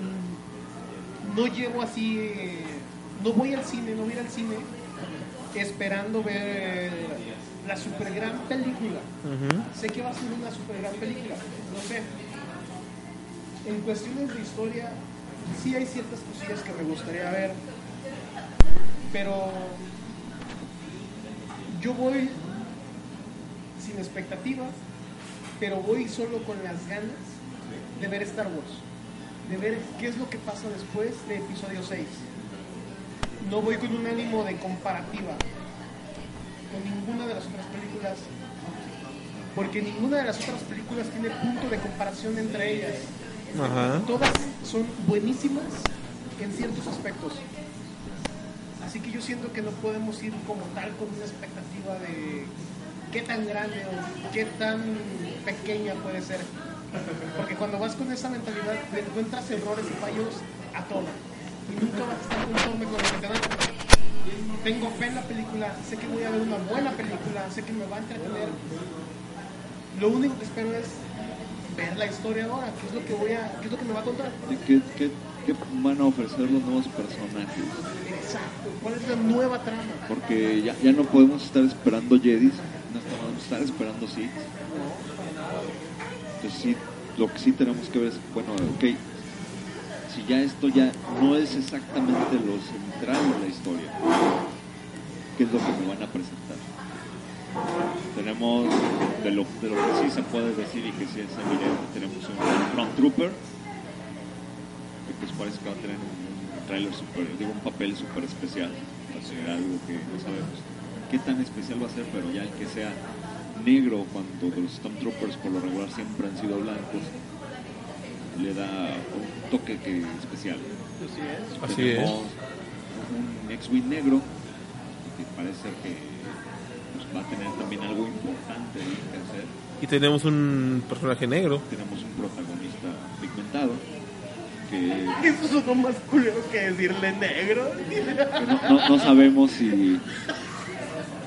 mm, no llevo así, eh, no voy al cine, no voy a ir al cine esperando ver la super gran película sé que va a ser una super gran película, no sé. En cuestiones de historia, sí hay ciertas cosillas que me gustaría ver, pero yo voy sin expectativas, pero voy solo con las ganas de ver Star Wars, de ver qué es lo que pasa después de episodio 6. No voy con un ánimo de comparativa con ninguna de las otras películas porque ninguna de las otras películas tiene punto de comparación entre ellas.
Ajá.
Todas son buenísimas en ciertos aspectos. Así que yo siento que no podemos ir como tal con una expectativa de qué tan grande o qué tan pequeña puede ser. Porque cuando vas con esa mentalidad le encuentras errores y fallos a todo. Y nunca vas a estar conforme con lo que te dan tengo fe en la película, sé que voy a ver una buena película, sé que me va a entretener. Lo único que espero es ver la historia ahora, qué es lo que voy a, qué es lo que me va a contar.
¿De qué, qué- qué van a ofrecer los nuevos personajes?
Exacto. ¿Cuál es la nueva trama?
Porque ya, ya no podemos estar esperando Jedis, no estamos- vamos a estar esperando Sith. Entonces sí, lo que sí tenemos que ver es, bueno, ok, si ya esto ya no es exactamente lo central de la historia, ¿qué es lo que me van a presentar? Tenemos, de lo, de lo que sí se puede decir y que sí es evidente, tenemos un Stormtrooper, que pues parece que va a tener un trailer super, digo, un papel súper especial, va a ser algo que no sabemos qué tan especial va a ser, pero ya el que sea negro, cuando los Stormtroopers por lo regular siempre han sido blancos, le da un toque que especial.
Así es.
Tenemos Un X-Wing negro, que parece ser que pues, va a tener también algo importante ahí que hacer
Y tenemos un personaje negro.
tenemos un protagonista pigmentado que,
Eso es lo más culero que decirle negro.
que no, no- no sabemos si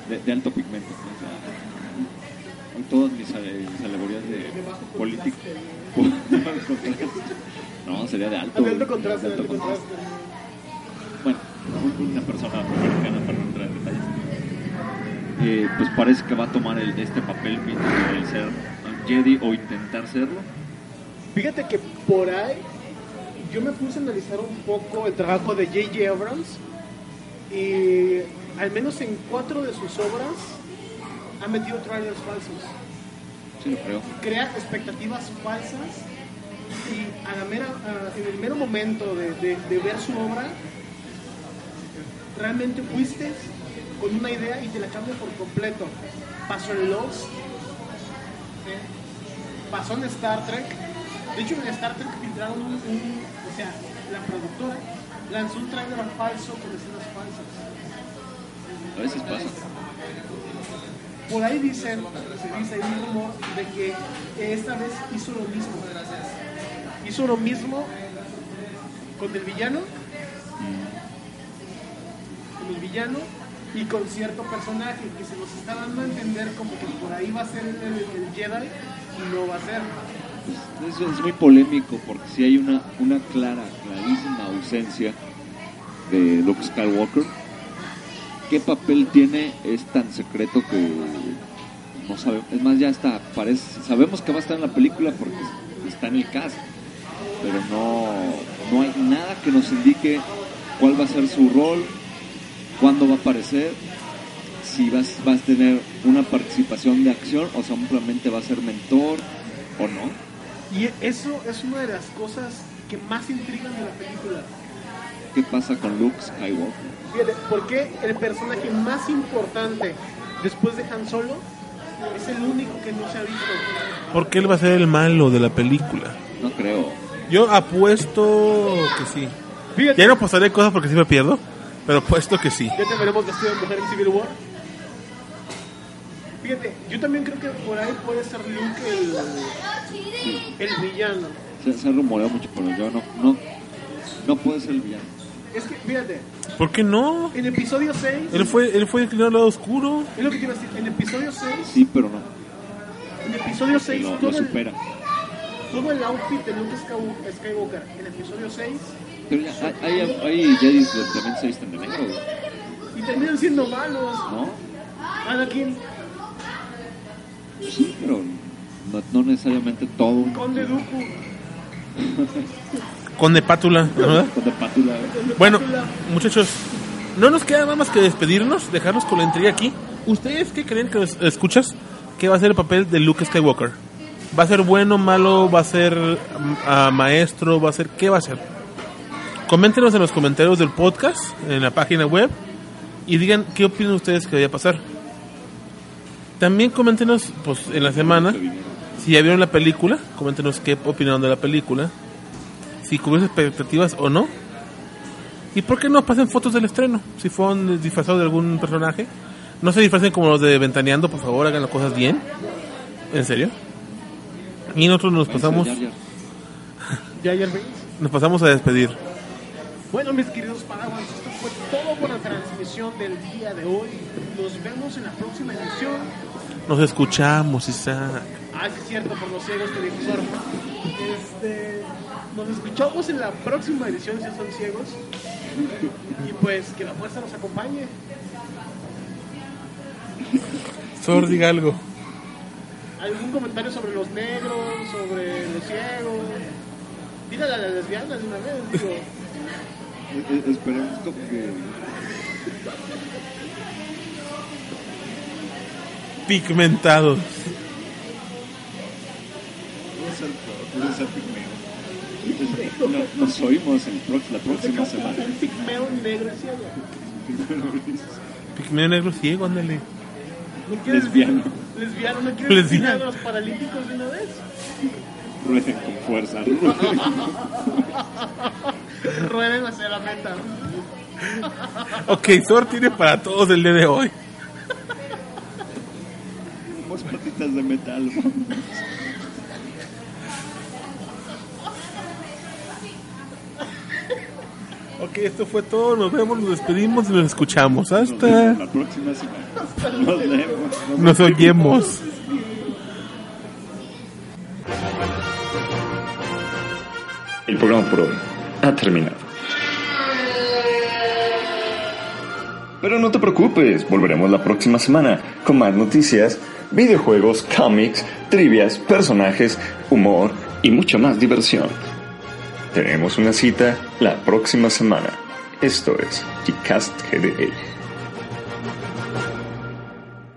de, de alto pigmento. ¿no? O sea, y todas mis, ale- mis alegorías de político. *laughs* No, sería de alto.
De alto contraste,
de alto contraste.
contraste.
Bueno, un- una persona afroamericana para no entrar en detalles. Eh, pues parece que va a tomar el, este papel de ser un Jedi o intentar serlo.
Fíjate que por ahí yo me puse a analizar un poco el trabajo de J.J. Abrams y al menos en cuatro de sus obras ha metido trailers falsos.
Sí, lo creo.
crea expectativas falsas y a la mera, a- en el mero momento de, de- de ver su obra, realmente fuiste con una idea y te la cambias por completo. Pasó en Lost, ¿eh? pasó en Star Trek. De hecho, en Star Trek filtraron un, un- o sea, la productora lanzó un trailer falso con escenas falsas.
A veces pasa.
Por ahí dicen, se dice hay un rumor de que esta vez hizo lo mismo. Hizo lo mismo con el villano, con el villano y con cierto personaje que se nos está dando a entender como que por ahí va a ser el, el Jedi y no va a ser.
Pues, eso es muy polémico porque si hay una, una clara, clarísima ausencia de Luke Skywalker. ¿Qué papel tiene? Es tan secreto que no sabemos. Es más, ya está. Parece, sabemos que va a estar en la película porque está en el cast. Pero no, no hay nada que nos indique cuál va a ser su rol, cuándo va a aparecer, si vas, vas a tener una participación de acción o simplemente va a ser mentor o no.
Y eso es una de las cosas que más intrigan de la película.
¿Qué pasa con Luke Skywalker?
Fíjate, ¿por qué el personaje más importante después de Han Solo es el único que no se ha visto?
Porque él va a ser el malo de la película.
No creo.
Yo apuesto que sí.
Fíjate,
Ya no apostaré cosas porque si me pierdo, pero apuesto que sí.
ya te veremos vestido de mujer en Civil War. Fíjate, yo también creo que por ahí puede ser Luke el, el villano.
Se, se ha rumoreado mucho, pero yo no, no, no puede ser el villano.
Es que, fíjate,
¿Por qué no?
en episodio 6,
Él fue, él fue inclinado al lado oscuro.
es lo que te iba a decir, en episodio 6,
Sí, pero no.
en episodio
que
6,
Lo, lo
todo, el,
supera.
todo el outfit de Luke Skyw- Skywalker, en episodio 6,
Pero ya, hay, hay, hay Jedis que también se visten de negro, güey,
y terminan siendo malos.
¿no?
Anakin,
Sí, pero no, no necesariamente todo.
Conde Dooku,
Con de pátula, ¿verdad?
Con de pátula, ¿eh? güey.
Bueno, muchachos, no nos queda nada más que despedirnos, dejarnos con la intriga aquí. ¿Ustedes qué creen que nos escuchas? ¿Qué va a ser el papel de Luke Skywalker? ¿Va a ser bueno, malo? ¿Va a ser mm, ah, maestro? ¿Va a ser qué va a ser? Coméntenos en los comentarios del podcast, en la página web, y digan qué opinan ustedes que vaya a pasar. También coméntenos pues, en la semana. Si ya vieron la película, coméntenos qué opinaron de la película. Si cubrieron sus expectativas o no. ¿Y por qué no pasen fotos del estreno? Si fueron disfrazados de algún personaje. No se disfracen como los de Ventaneando, por favor, hagan las cosas bien. ¿En serio? Y nosotros nos pasamos,
Ya, ya.
Jar Jar Binks.
nos pasamos a despedir.
Bueno, mis queridos paraguas, esto fue todo por la transmisión del día de hoy. Nos vemos en la próxima edición.
Nos escuchamos, Isaac.
Ah, sí es cierto, por los ciegos televisor. Este, nos escuchamos en la próxima edición si son ciegos. Y pues que la fuerza nos acompañe.
Sor, diga algo.
¿Algún comentario sobre los negros, sobre los ciegos? Dígale a la lesbiana de una vez, digo.
Eh, eh, Esperemos como que.
Pigmentados.
Puede ser peor, puede ser pigmeo. No- Nos oímos el prox- la próxima semana.
Un pigmeo negro y ciego.
Pigmeo negro ciego, ándale.
¿No quieres
*laughs* Lesbiano,
lesbiano? ¿No quieres
Lesbiana.
lesbiana a los paralíticos de una vez?
rueden con fuerza. rueden. *laughs*
Rueden hacia la meta.
Ok, Sor tiene para todos el día de hoy.
Somos patitas de metal.
Ok, esto fue todo. Nos vemos, nos despedimos y nos escuchamos.
Nos vemos
Hasta
La próxima semana. Nos vemos.
nos oyemos.
El programa por hoy ha terminado. Pero no te preocupes, volveremos la próxima semana con más noticias, videojuegos, cómics, trivias, personajes, humor y mucha más diversión. Tenemos una cita la próxima semana. Esto es Gcast GDL.